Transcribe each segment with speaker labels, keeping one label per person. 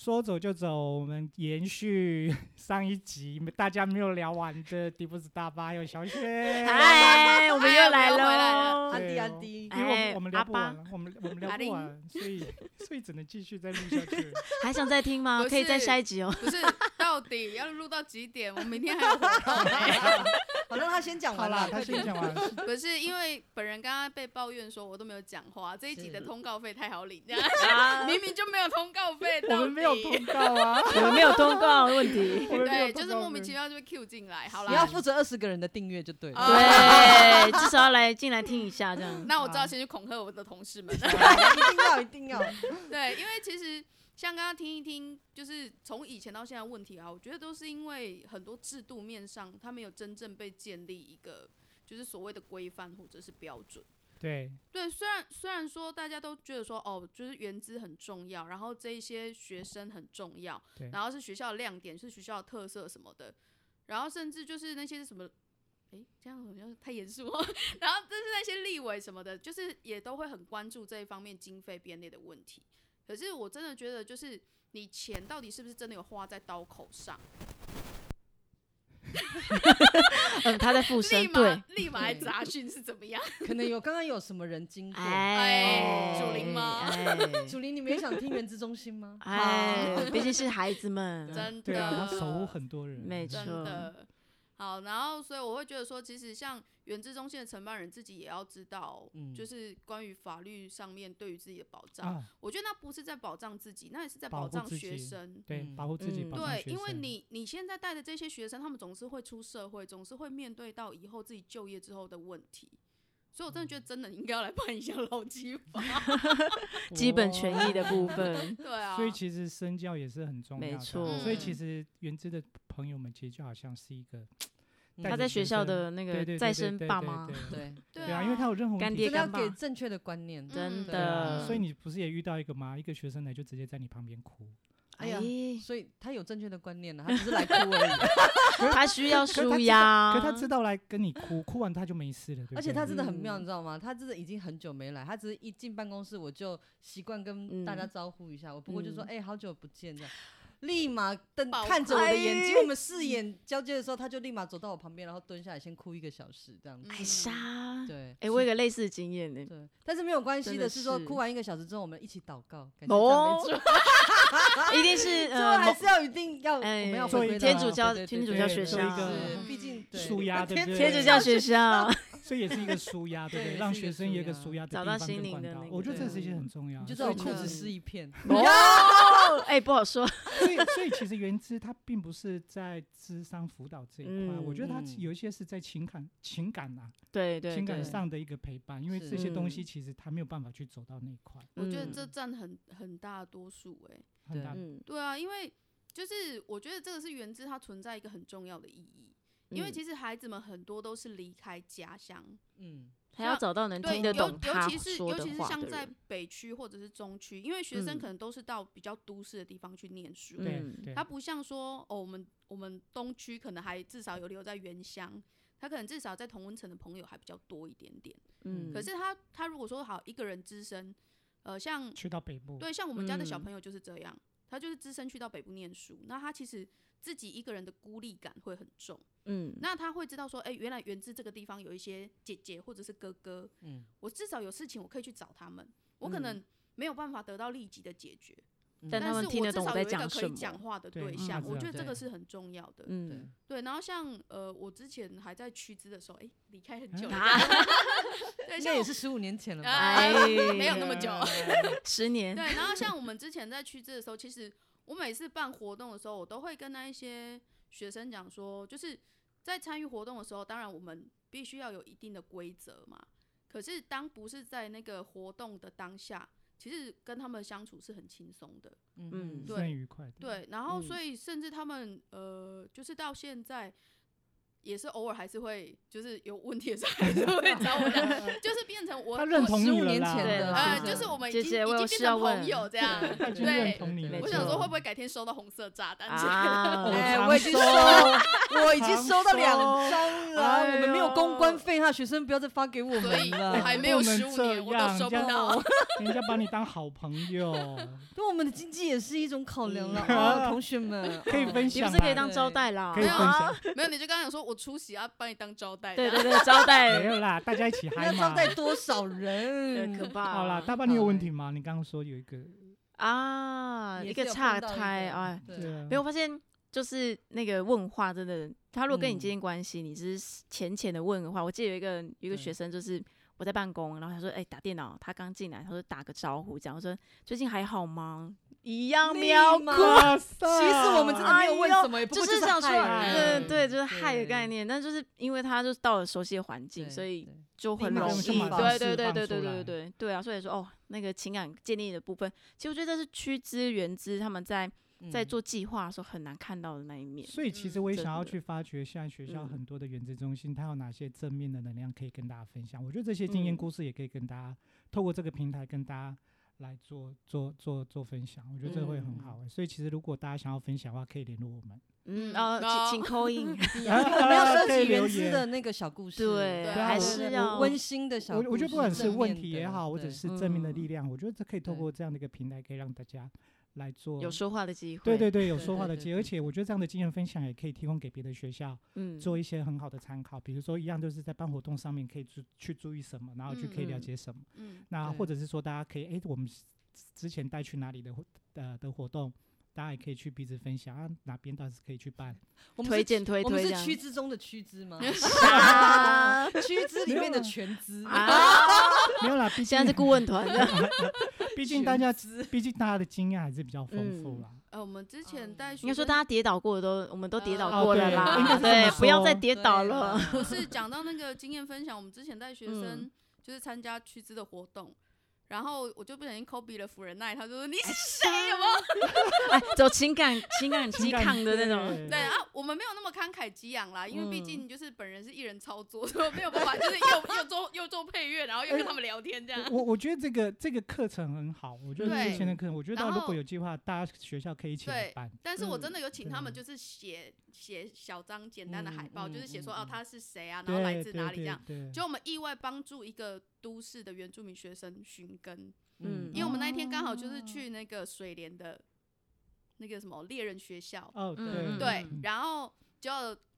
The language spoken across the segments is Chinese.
Speaker 1: 说走就走，我们延续上一集大家没有聊完的迪布斯大巴，还有小雪。
Speaker 2: 啊
Speaker 3: 嗨，哎我们又来
Speaker 2: 回来了，
Speaker 3: 喽。
Speaker 2: 安迪
Speaker 1: 对哦
Speaker 2: 安迪，
Speaker 1: 因为我
Speaker 3: 哎
Speaker 1: 们我们聊
Speaker 3: 阿
Speaker 1: 不
Speaker 3: 巴
Speaker 1: 完了，我们我们聊
Speaker 3: 阿
Speaker 1: 不
Speaker 3: 玲
Speaker 1: 完，所以所以只能继续再录下 去。
Speaker 3: 还想再听吗？
Speaker 2: 不
Speaker 3: 可以再
Speaker 2: 是
Speaker 3: 下一集哦。
Speaker 2: 不是，到底要录到几点？我明天还有 活动欸、
Speaker 4: 好，让他先讲
Speaker 1: 好
Speaker 4: 完
Speaker 1: 啦，
Speaker 4: 啦。
Speaker 1: 他先讲完，
Speaker 2: 不是因为本人刚刚被抱怨说我都没有讲话，这一集的
Speaker 4: 是
Speaker 2: 通告费太好领， 明明就没有通告费，
Speaker 1: 我
Speaker 2: 到
Speaker 1: 们没有
Speaker 2: 底
Speaker 1: 通告啊，
Speaker 3: 我们没有通告问题。
Speaker 1: 我们没有
Speaker 2: 对，
Speaker 1: 通
Speaker 2: 就是
Speaker 1: 告
Speaker 2: 莫名
Speaker 1: 费
Speaker 2: 其妙就被 Q 进来。好
Speaker 4: 你要
Speaker 2: 啦，
Speaker 4: 负责二十个人的订阅就对了。
Speaker 2: 啊
Speaker 3: 对，至少要来进来听一下这 样。
Speaker 2: 那我知道先去恐吓我的同事们。
Speaker 4: 一定要，一定 要。
Speaker 2: 对，因为其实像刚刚听一听，就是从以前到现在的问题啊，我觉得都是因为很多制度面上，它没有真正被建立一个就是所谓的规范或者是标准。
Speaker 1: 对，
Speaker 2: 对，虽然虽然说大家都觉得说哦，就是原资很重要，然后这一些学生很重要
Speaker 1: 对，
Speaker 2: 然后是学校的亮点，是学校的特色什么的，然后甚至就是那些什么，诶，这样好像太严肃哦。 然后但是那些立委什么的，就是也都会很关注这一方面经费编列的问题。可是我真的觉得，就是你钱到底是不是真的有花在刀口上？
Speaker 3: 嗯，他在附身
Speaker 2: 立，马
Speaker 3: 对，
Speaker 2: 立马来
Speaker 4: 对
Speaker 2: 杂讯是怎么样？
Speaker 4: 可能有刚刚有什么人经过？
Speaker 2: 哎
Speaker 4: 主灵
Speaker 2: 吗
Speaker 3: 哎
Speaker 4: 楚林，你们也想听原子中心吗？
Speaker 3: 哎，毕竟是孩子们，
Speaker 2: 真
Speaker 1: 对啊，他
Speaker 2: 的，
Speaker 1: 守护很多人，
Speaker 3: 没错
Speaker 2: 真的。好，然后所以我会觉得说，其实像原知中心的承办人自己也要知道，
Speaker 4: 嗯
Speaker 2: 就是关于法律上面对于自己的保障，
Speaker 1: 啊，
Speaker 2: 我觉得那不是在保障自己，那也是在
Speaker 1: 保
Speaker 2: 保
Speaker 1: 护
Speaker 2: 障
Speaker 1: 自
Speaker 2: 学
Speaker 1: 己
Speaker 2: 生。
Speaker 1: 对，
Speaker 4: 嗯
Speaker 1: 保护自己，
Speaker 3: 嗯
Speaker 1: 保障
Speaker 2: 对，
Speaker 1: 学
Speaker 2: 因为
Speaker 1: 生
Speaker 2: 你你现在带的这些学生，他们总是会出社会，总是会面对到以后自己就业之后的问题，所以我真的觉得真的应该要来办一下劳基 法。
Speaker 3: 基本
Speaker 1: 哇
Speaker 3: 权益的部分，
Speaker 2: 对啊，
Speaker 1: 所以其实身教也是很重要
Speaker 3: 没
Speaker 1: 的啊。
Speaker 3: 错
Speaker 1: 所以其
Speaker 2: 嗯
Speaker 1: 实原知的朋友们其实就好像是一个
Speaker 4: 嗯
Speaker 1: 带
Speaker 3: 他
Speaker 1: 着
Speaker 3: 在学校
Speaker 1: 生
Speaker 3: 的那
Speaker 1: 对对
Speaker 3: 个
Speaker 1: 对
Speaker 3: 再
Speaker 1: 对
Speaker 3: 生
Speaker 1: 对
Speaker 3: 爸
Speaker 1: 对
Speaker 3: 妈，
Speaker 1: 对
Speaker 4: 对，
Speaker 2: 对
Speaker 1: 对啊，
Speaker 2: 啊，
Speaker 1: 因为他有任何
Speaker 3: 干
Speaker 1: 问
Speaker 3: 爹
Speaker 1: 题
Speaker 4: 真的
Speaker 1: 就
Speaker 3: 干
Speaker 4: 要
Speaker 3: 爸
Speaker 4: 给正确的观念。
Speaker 3: 真
Speaker 2: 对
Speaker 4: 啊
Speaker 3: 的，
Speaker 1: 所以你不是也遇到一个吗？一个学生来就直接在你旁边哭，
Speaker 4: 哎呀，
Speaker 3: 哎
Speaker 4: 所以他有正确的观念呢，他只是来哭 而
Speaker 3: 他需要
Speaker 1: 可是他
Speaker 3: 舒
Speaker 1: 知
Speaker 3: 压，
Speaker 1: 可是他知道来跟你哭，哭完他就没事了，对不
Speaker 4: 已。
Speaker 1: 对
Speaker 4: 而且他真的很妙，
Speaker 3: 嗯
Speaker 4: 你知道吗？他真的已经很久没来，他只是一进办公室我就习惯跟大家招呼一下，我不过就说
Speaker 3: 嗯
Speaker 4: 哎，好久不见这样。立马瞪
Speaker 2: 爆
Speaker 4: 看着我的眼睛，
Speaker 3: 开
Speaker 4: 我们视眼交接的时候，他就立马走到我旁边，然后蹲下来先哭一个小时这样子。
Speaker 3: 哎杀，
Speaker 4: 对，
Speaker 3: 哎，我有个类似的经验呢，
Speaker 4: 对，但是没有关
Speaker 3: 真
Speaker 4: 系
Speaker 3: 的
Speaker 4: 的是说，
Speaker 3: 是
Speaker 4: 哭完一个小时之后，我们一起祷告，感觉
Speaker 3: 哦
Speaker 4: 这样没错，
Speaker 3: 一定是
Speaker 4: 最后
Speaker 3: 呃
Speaker 4: 还是要一定要我
Speaker 3: 哎
Speaker 4: 们要
Speaker 1: 做
Speaker 4: 回
Speaker 1: 一
Speaker 4: 归
Speaker 1: 个
Speaker 4: 到
Speaker 1: 天
Speaker 3: 主教
Speaker 4: 对对
Speaker 3: 天
Speaker 4: 对
Speaker 3: 主
Speaker 4: 对
Speaker 1: 教
Speaker 4: 对
Speaker 1: 学
Speaker 4: 做一
Speaker 1: 校
Speaker 4: 个
Speaker 2: 嗯
Speaker 4: 毕竟 对
Speaker 1: 舒压对不对
Speaker 3: 天主教学校，
Speaker 1: 所以也是一个舒压，对不对？
Speaker 4: 对
Speaker 1: 让
Speaker 4: 是一
Speaker 1: 学生
Speaker 4: 个舒
Speaker 1: 有一个
Speaker 4: 压
Speaker 1: 舒压的
Speaker 3: 找
Speaker 1: 地
Speaker 3: 到
Speaker 1: 方
Speaker 3: 心
Speaker 1: 跟
Speaker 3: 灵
Speaker 1: 管
Speaker 3: 的
Speaker 1: 道
Speaker 3: 那，个
Speaker 1: 我觉得这是一件
Speaker 4: 对
Speaker 1: 很重要
Speaker 4: 你
Speaker 1: 的
Speaker 4: 就
Speaker 1: 事情。
Speaker 4: 知道我
Speaker 3: 所以嗯就
Speaker 4: 裤子湿一片，
Speaker 3: 哦，哎，不好说，
Speaker 1: 所以，所以其实原知他并不是在智商辅导这一块，我觉得他
Speaker 4: 嗯嗯
Speaker 1: 有一些是在情感、情感啊、
Speaker 3: 对对，
Speaker 1: 情感
Speaker 3: 对
Speaker 1: 上的一个陪伴，因为
Speaker 4: 是
Speaker 1: 这些东西
Speaker 3: 嗯
Speaker 1: 其实他没有办法去走到那一块，
Speaker 2: 我觉得
Speaker 3: 嗯
Speaker 2: 这占很很大多数哎、
Speaker 1: 很大。
Speaker 3: 嗯，
Speaker 2: 对啊，因为就是我觉得这个是原知它存在一个很重要的意义，因为
Speaker 3: 嗯
Speaker 2: 其实孩子们很多都是离开家乡，
Speaker 4: 嗯，
Speaker 3: 他要找到能
Speaker 2: 对，
Speaker 3: 听得
Speaker 2: 尤
Speaker 3: 懂他
Speaker 2: 尤其是
Speaker 3: 说
Speaker 2: 尤
Speaker 3: 的
Speaker 2: 其是
Speaker 3: 话
Speaker 2: 像
Speaker 3: 的
Speaker 2: 在
Speaker 3: 人，
Speaker 2: 北区或者是中区，因为学生
Speaker 3: 嗯
Speaker 2: 可能都是到比较都市的地方去念书，
Speaker 1: 对
Speaker 3: 嗯
Speaker 1: 对
Speaker 2: 它，不像说哦，我们我们东区可能还至少有留在原乡，他可能至少在同温层的朋友还比较多一点点。
Speaker 3: 嗯，
Speaker 2: 可是他他如果说好一个人只身，呃，像
Speaker 1: 去到北部，
Speaker 2: 对，像我们家的小
Speaker 3: 嗯
Speaker 2: 朋友就是这样，他就是只身去到北部念书，那他其实自己一个人的孤立感会很重。
Speaker 3: 嗯，
Speaker 2: 那他会知道说，哎、原来源自这个地方有一些姐姐或者是哥哥，
Speaker 4: 嗯
Speaker 2: 我至少有事情我可以去找他们，我可能没有办法得到立即的解决，
Speaker 3: 嗯但他
Speaker 2: 但
Speaker 3: 们
Speaker 2: 是
Speaker 3: 听
Speaker 2: 我
Speaker 3: 得
Speaker 2: 至
Speaker 3: 懂我
Speaker 2: 少
Speaker 3: 在
Speaker 2: 有一
Speaker 3: 讲
Speaker 2: 个可
Speaker 3: 什
Speaker 2: 以讲
Speaker 3: 么，
Speaker 2: 话的
Speaker 1: 对
Speaker 2: 对
Speaker 1: 嗯
Speaker 2: 象，
Speaker 1: 他
Speaker 2: 我
Speaker 1: 知
Speaker 2: 觉
Speaker 1: 道
Speaker 2: 得这个
Speaker 4: 对
Speaker 2: 是很重要的。
Speaker 4: 对
Speaker 3: 嗯，
Speaker 2: 对，然后像呃，我之前还在区支的时候，哎、离开很 久了，
Speaker 3: 啊，
Speaker 2: 对，
Speaker 4: 那
Speaker 2: 像
Speaker 4: 也
Speaker 2: 我
Speaker 4: 是十五年前了吧？
Speaker 2: 哎
Speaker 3: 哎，
Speaker 2: 没有那么久，
Speaker 3: 十年，
Speaker 2: 对，然后像我们之前在去这的时候，其实我每次办活动的时候，我都会跟那一些学生讲说，就是在参与活动的时候，当然我们必须要有一定的规则嘛。可是当不是在那个活动的当下，其实跟他们相处是很轻松的。
Speaker 3: 嗯
Speaker 1: 是
Speaker 2: 对
Speaker 1: 很愉快的。
Speaker 2: 对，然后
Speaker 3: 嗯
Speaker 2: 所以甚至他们呃，就是到现在。也是偶尔还是会就是有问题的时候还是会找 我讲，就是变成我
Speaker 1: 他认同
Speaker 4: 十
Speaker 1: 你
Speaker 4: 五
Speaker 1: 了
Speaker 4: 年
Speaker 1: 啦，
Speaker 4: 前
Speaker 3: 对
Speaker 4: 的，
Speaker 3: 啦
Speaker 2: 呃，
Speaker 3: 是
Speaker 2: 就是我们已经
Speaker 3: 姐姐我
Speaker 2: 已
Speaker 3: 有
Speaker 2: 经
Speaker 3: 事
Speaker 2: 变
Speaker 3: 要
Speaker 2: 成
Speaker 3: 问
Speaker 2: 朋友这样，
Speaker 1: 他已经认同你了。
Speaker 3: 没
Speaker 2: 我想说
Speaker 3: 错
Speaker 2: 会不会改天收到红色炸弹之类的？
Speaker 3: 啊，
Speaker 1: 我
Speaker 4: 哎，
Speaker 1: 常
Speaker 4: 我已经收
Speaker 1: 收，
Speaker 4: 我已经收到两张了，
Speaker 3: 哎呦
Speaker 4: 我们没有公关费，那学生不要再发给我
Speaker 2: 所
Speaker 4: 们
Speaker 2: 以
Speaker 4: 了
Speaker 2: 我。还没有
Speaker 1: 不能
Speaker 2: 十五
Speaker 1: 这
Speaker 2: 年，我
Speaker 1: 样
Speaker 2: 都收不
Speaker 1: 这样
Speaker 3: 哦
Speaker 2: 到。
Speaker 1: 人家把你当好朋友，
Speaker 4: 对我们的经济也是一种考量了
Speaker 1: 嗯
Speaker 4: 哦，同学们
Speaker 1: 可以
Speaker 4: 哦
Speaker 1: 分
Speaker 3: 你
Speaker 1: 享啦，
Speaker 3: 不是可以当招待啦哦
Speaker 1: 可以？分享，
Speaker 2: 没有，你就刚刚有说我出席啊，把你当招待。
Speaker 3: 对对对，招
Speaker 1: 没
Speaker 3: 待，
Speaker 1: 有啦，大家一起嗨
Speaker 4: 那
Speaker 1: 嘛
Speaker 4: 招。待多少
Speaker 3: 对
Speaker 4: 人
Speaker 2: 嗯
Speaker 3: 可？怕。
Speaker 1: 好啦，大巴，你有问题吗？你刚刚说有一个，
Speaker 3: 啊，
Speaker 4: 也
Speaker 3: 一
Speaker 4: 是有
Speaker 3: 个
Speaker 4: 碰
Speaker 3: 岔
Speaker 4: 到一
Speaker 3: 开，
Speaker 4: 个
Speaker 3: 哎，
Speaker 1: 对
Speaker 4: 对，
Speaker 1: 啊
Speaker 3: 没有，发现，就是那个问话真的，他如果跟你
Speaker 4: 嗯
Speaker 3: 之间关系，你只是浅浅的问的话，我记得有一个有一个
Speaker 4: 对
Speaker 3: 学生就是。我在办公，然后他说：“哎、打电脑，他刚进来，他说打个招呼，这样。”我说：“最近还好吗？”一样
Speaker 4: 立
Speaker 3: 喵
Speaker 4: 马
Speaker 3: 哭，
Speaker 1: 哇塞
Speaker 4: 其实我们真的没有问什么，也不
Speaker 3: 就
Speaker 4: 过
Speaker 3: 是想说，
Speaker 4: 害而
Speaker 3: 嗯，
Speaker 4: 已
Speaker 3: 对，就是害的
Speaker 4: 对
Speaker 3: 概念。但就是因为他就是到了熟悉的环境，
Speaker 4: 对
Speaker 3: 所以
Speaker 4: 对
Speaker 3: 就很
Speaker 4: 立马
Speaker 3: 容
Speaker 4: 释
Speaker 3: 易。
Speaker 4: 放
Speaker 3: 对对
Speaker 1: 释
Speaker 3: 对
Speaker 1: 放
Speaker 3: 对对
Speaker 1: 出
Speaker 3: 对
Speaker 1: 来
Speaker 3: 对对对啊！所以说，哦，那个情感建立的部分，其实我觉得这是趋之原之，他们在在
Speaker 4: 嗯
Speaker 3: 做计划的时候很难看到的那一面。
Speaker 1: 所以其实我也
Speaker 3: 真
Speaker 1: 想要
Speaker 3: 的
Speaker 1: 去发掘现在学校
Speaker 3: 嗯
Speaker 1: 很多的原子中心，它有哪些正面的能量可以跟大家分享。我觉得这些经验
Speaker 3: 嗯
Speaker 1: 故事也可以跟大家、透过这个平台跟大家来做做做做分享，我觉得这会很
Speaker 4: 嗯
Speaker 1: 好欸、所以其实如果大家想要分享的话，可以联络我们。
Speaker 3: 嗯，
Speaker 2: 嗯
Speaker 3: 哦，
Speaker 2: 哦
Speaker 3: 请请扣印。
Speaker 4: 我们要
Speaker 1: 可
Speaker 4: 收
Speaker 1: 以
Speaker 4: 集原
Speaker 1: 留
Speaker 4: 汁
Speaker 1: 言
Speaker 4: 的那个小故事，
Speaker 3: 对啊
Speaker 2: 对还
Speaker 4: 对
Speaker 1: 是
Speaker 4: 对对
Speaker 3: 要
Speaker 4: 温馨的小故事。
Speaker 1: 我我觉得不管是
Speaker 4: 正面
Speaker 1: 问题
Speaker 4: 的
Speaker 1: 也好，或者
Speaker 4: 对
Speaker 1: 是正面的力
Speaker 3: 嗯
Speaker 1: 量，我觉得这可以透
Speaker 4: 对
Speaker 1: 过这样的一个平台，可以让大家来做
Speaker 3: 有说话的机会。
Speaker 1: 对对，对，有
Speaker 4: 对
Speaker 1: 说
Speaker 4: 对
Speaker 1: 话的
Speaker 4: 对
Speaker 1: 机会，
Speaker 4: 对
Speaker 1: 而且我觉得这样的经验分享也可以提供给别的学校
Speaker 3: 嗯，
Speaker 1: 做一些很好的参考。比如说，一样就是在办活动上面可以注去注意什么，然后去可以了
Speaker 3: 嗯嗯
Speaker 1: 解什么。
Speaker 2: 嗯，
Speaker 1: 那
Speaker 4: 对
Speaker 1: 或者是说，大家可以诶，我们之之前带去哪里的活呃的活动，大家也可以去彼此分享啊，哪边倒是可以去办。
Speaker 4: 我们是
Speaker 3: 推荐推
Speaker 4: 我们
Speaker 3: 推这
Speaker 4: 是
Speaker 3: 样。
Speaker 4: 须知中的须知吗？
Speaker 3: 啊
Speaker 4: 须知里
Speaker 1: 没
Speaker 4: 面
Speaker 1: 有
Speaker 4: 的全知，
Speaker 3: 啊！
Speaker 1: 没有啦，毕
Speaker 3: 现在
Speaker 1: 竟
Speaker 3: 是顾问 团的，
Speaker 1: 毕竟大家毕竟大家的经验还是比较丰富
Speaker 3: 嗯
Speaker 1: 啦。
Speaker 2: 呃，我们之前
Speaker 4: 嗯
Speaker 2: 带学
Speaker 3: 应该说
Speaker 2: 生
Speaker 3: 大家跌倒过的都，我们都跌
Speaker 1: 哦
Speaker 3: 倒过了
Speaker 1: 对应该
Speaker 3: 啦，
Speaker 1: 是这么
Speaker 3: 对，不啊要再
Speaker 1: 说
Speaker 3: 跌倒 了。
Speaker 2: 不是讲到那个经验分享，我们之前带学生
Speaker 3: 嗯
Speaker 2: 就是参加屈资的活动，然后我就不小心 copy 了辅仁奈，他就说你 是谁？有没有？
Speaker 3: 哎，走情感情感
Speaker 1: 情
Speaker 3: 激
Speaker 1: 感
Speaker 3: 抗的那种。
Speaker 1: 对
Speaker 2: 对啊，我们没有那么慷慨激昂啦，因为毕
Speaker 3: 嗯
Speaker 2: 竟就是本人是艺人操作，所以我没有办法，就是又又做又做配乐，然后又跟他们聊天这样。
Speaker 1: 我我觉得这个这个课程很好，我觉得
Speaker 2: 对
Speaker 1: 之前的课程，我觉得
Speaker 2: 然
Speaker 1: 如
Speaker 2: 后
Speaker 1: 果有计划，大家学校可以一起来
Speaker 2: 对
Speaker 1: 办。
Speaker 2: 但是我真
Speaker 3: 嗯
Speaker 2: 的有请他们，
Speaker 1: 对
Speaker 2: 就是写写小张简单的
Speaker 4: 嗯
Speaker 2: 海报，
Speaker 4: 嗯
Speaker 2: 就是写说
Speaker 4: 嗯
Speaker 2: 哦
Speaker 4: 嗯
Speaker 2: 他是谁啊，然后
Speaker 1: 对
Speaker 2: 来自
Speaker 1: 对
Speaker 2: 哪里这
Speaker 1: 对
Speaker 2: 样。
Speaker 1: 对
Speaker 2: 就我们意外帮助一个都市的原住民学生寻根，
Speaker 3: 嗯
Speaker 2: 因为我们那一天刚好就是
Speaker 4: 哦
Speaker 2: 去那个水莲的那个什么猎人学校，
Speaker 1: 哦，对、
Speaker 3: 嗯
Speaker 2: 对
Speaker 4: 嗯，
Speaker 2: 然后就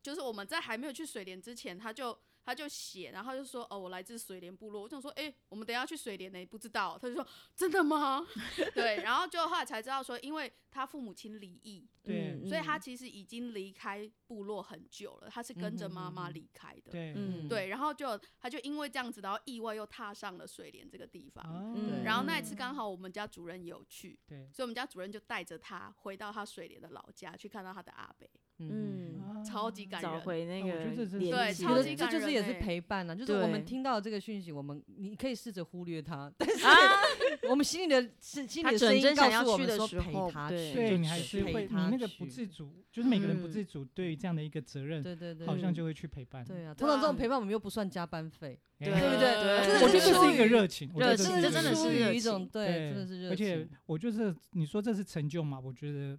Speaker 2: 就是我们在还没有去水莲之前，他就他就写，然后就说哦，我来自水莲部落。我想说，哎、我们等一下去水莲呢、不知道。他就说真的吗？ 对，然后就后来才知道说，因为他父母亲离异，
Speaker 1: 对
Speaker 3: 嗯
Speaker 2: 所以他其实已经离开部落很久了，他是跟着
Speaker 4: 嗯哼
Speaker 2: 妈妈
Speaker 4: 嗯哼
Speaker 2: 离开的。
Speaker 1: 对
Speaker 3: 嗯
Speaker 2: 对，然后就他就因为这样子，然后意外又踏上了水莲这个地方。
Speaker 1: 哦
Speaker 3: 嗯
Speaker 2: 然后那一次刚好我们家主任有去，
Speaker 1: 对，
Speaker 2: 所以我们家主任就带着他回到他水莲的老家去看到他的阿伯，
Speaker 3: 嗯，
Speaker 1: 啊
Speaker 2: 超级感
Speaker 3: 找
Speaker 2: 人。
Speaker 3: 回那
Speaker 1: 哦我觉得这
Speaker 3: 个
Speaker 1: 真是
Speaker 3: 联系
Speaker 2: 对超
Speaker 4: 觉
Speaker 2: 级
Speaker 4: 得
Speaker 2: 感
Speaker 4: 这就是也是
Speaker 2: 人欸
Speaker 4: 陪伴啊，就是我
Speaker 3: 对
Speaker 4: 们听到这个讯息，我们你可以试着忽略它，但是
Speaker 3: 啊，
Speaker 4: 我们心里的是心
Speaker 3: 他
Speaker 4: 里的
Speaker 3: 真
Speaker 4: 声音
Speaker 3: 正
Speaker 4: 告
Speaker 3: 想要
Speaker 4: 诉我
Speaker 3: 去
Speaker 4: 们
Speaker 3: 的
Speaker 4: 说
Speaker 3: 时
Speaker 4: 陪
Speaker 3: 候
Speaker 4: 他
Speaker 3: 对
Speaker 4: 去，
Speaker 1: 对
Speaker 4: 就
Speaker 1: 你还
Speaker 4: 去
Speaker 1: 是
Speaker 4: 陪
Speaker 1: 会，你
Speaker 4: 他
Speaker 1: 那个
Speaker 4: 去
Speaker 1: 不自主，就是每个人不
Speaker 3: 嗯
Speaker 1: 自主对于这样的一个责任，
Speaker 4: 对对对，
Speaker 1: 好像
Speaker 4: 嗯
Speaker 1: 就会去陪伴。
Speaker 4: 对
Speaker 1: 哎，
Speaker 4: 啊。通常这种
Speaker 3: 嗯
Speaker 4: 陪伴我们又不算加班费，
Speaker 3: 对
Speaker 4: 对不对
Speaker 2: 对
Speaker 1: 我觉得这
Speaker 4: 这是
Speaker 1: 是一个
Speaker 4: 属于
Speaker 1: 热情，我觉得
Speaker 3: 热
Speaker 1: 这
Speaker 3: 情
Speaker 1: 是
Speaker 3: 这真的
Speaker 1: 属
Speaker 4: 出
Speaker 1: 于
Speaker 3: 热
Speaker 4: 于一种
Speaker 3: 情
Speaker 4: 对，真的是热
Speaker 1: 而且
Speaker 4: 情
Speaker 1: 我觉得你说这是成就嘛，我觉得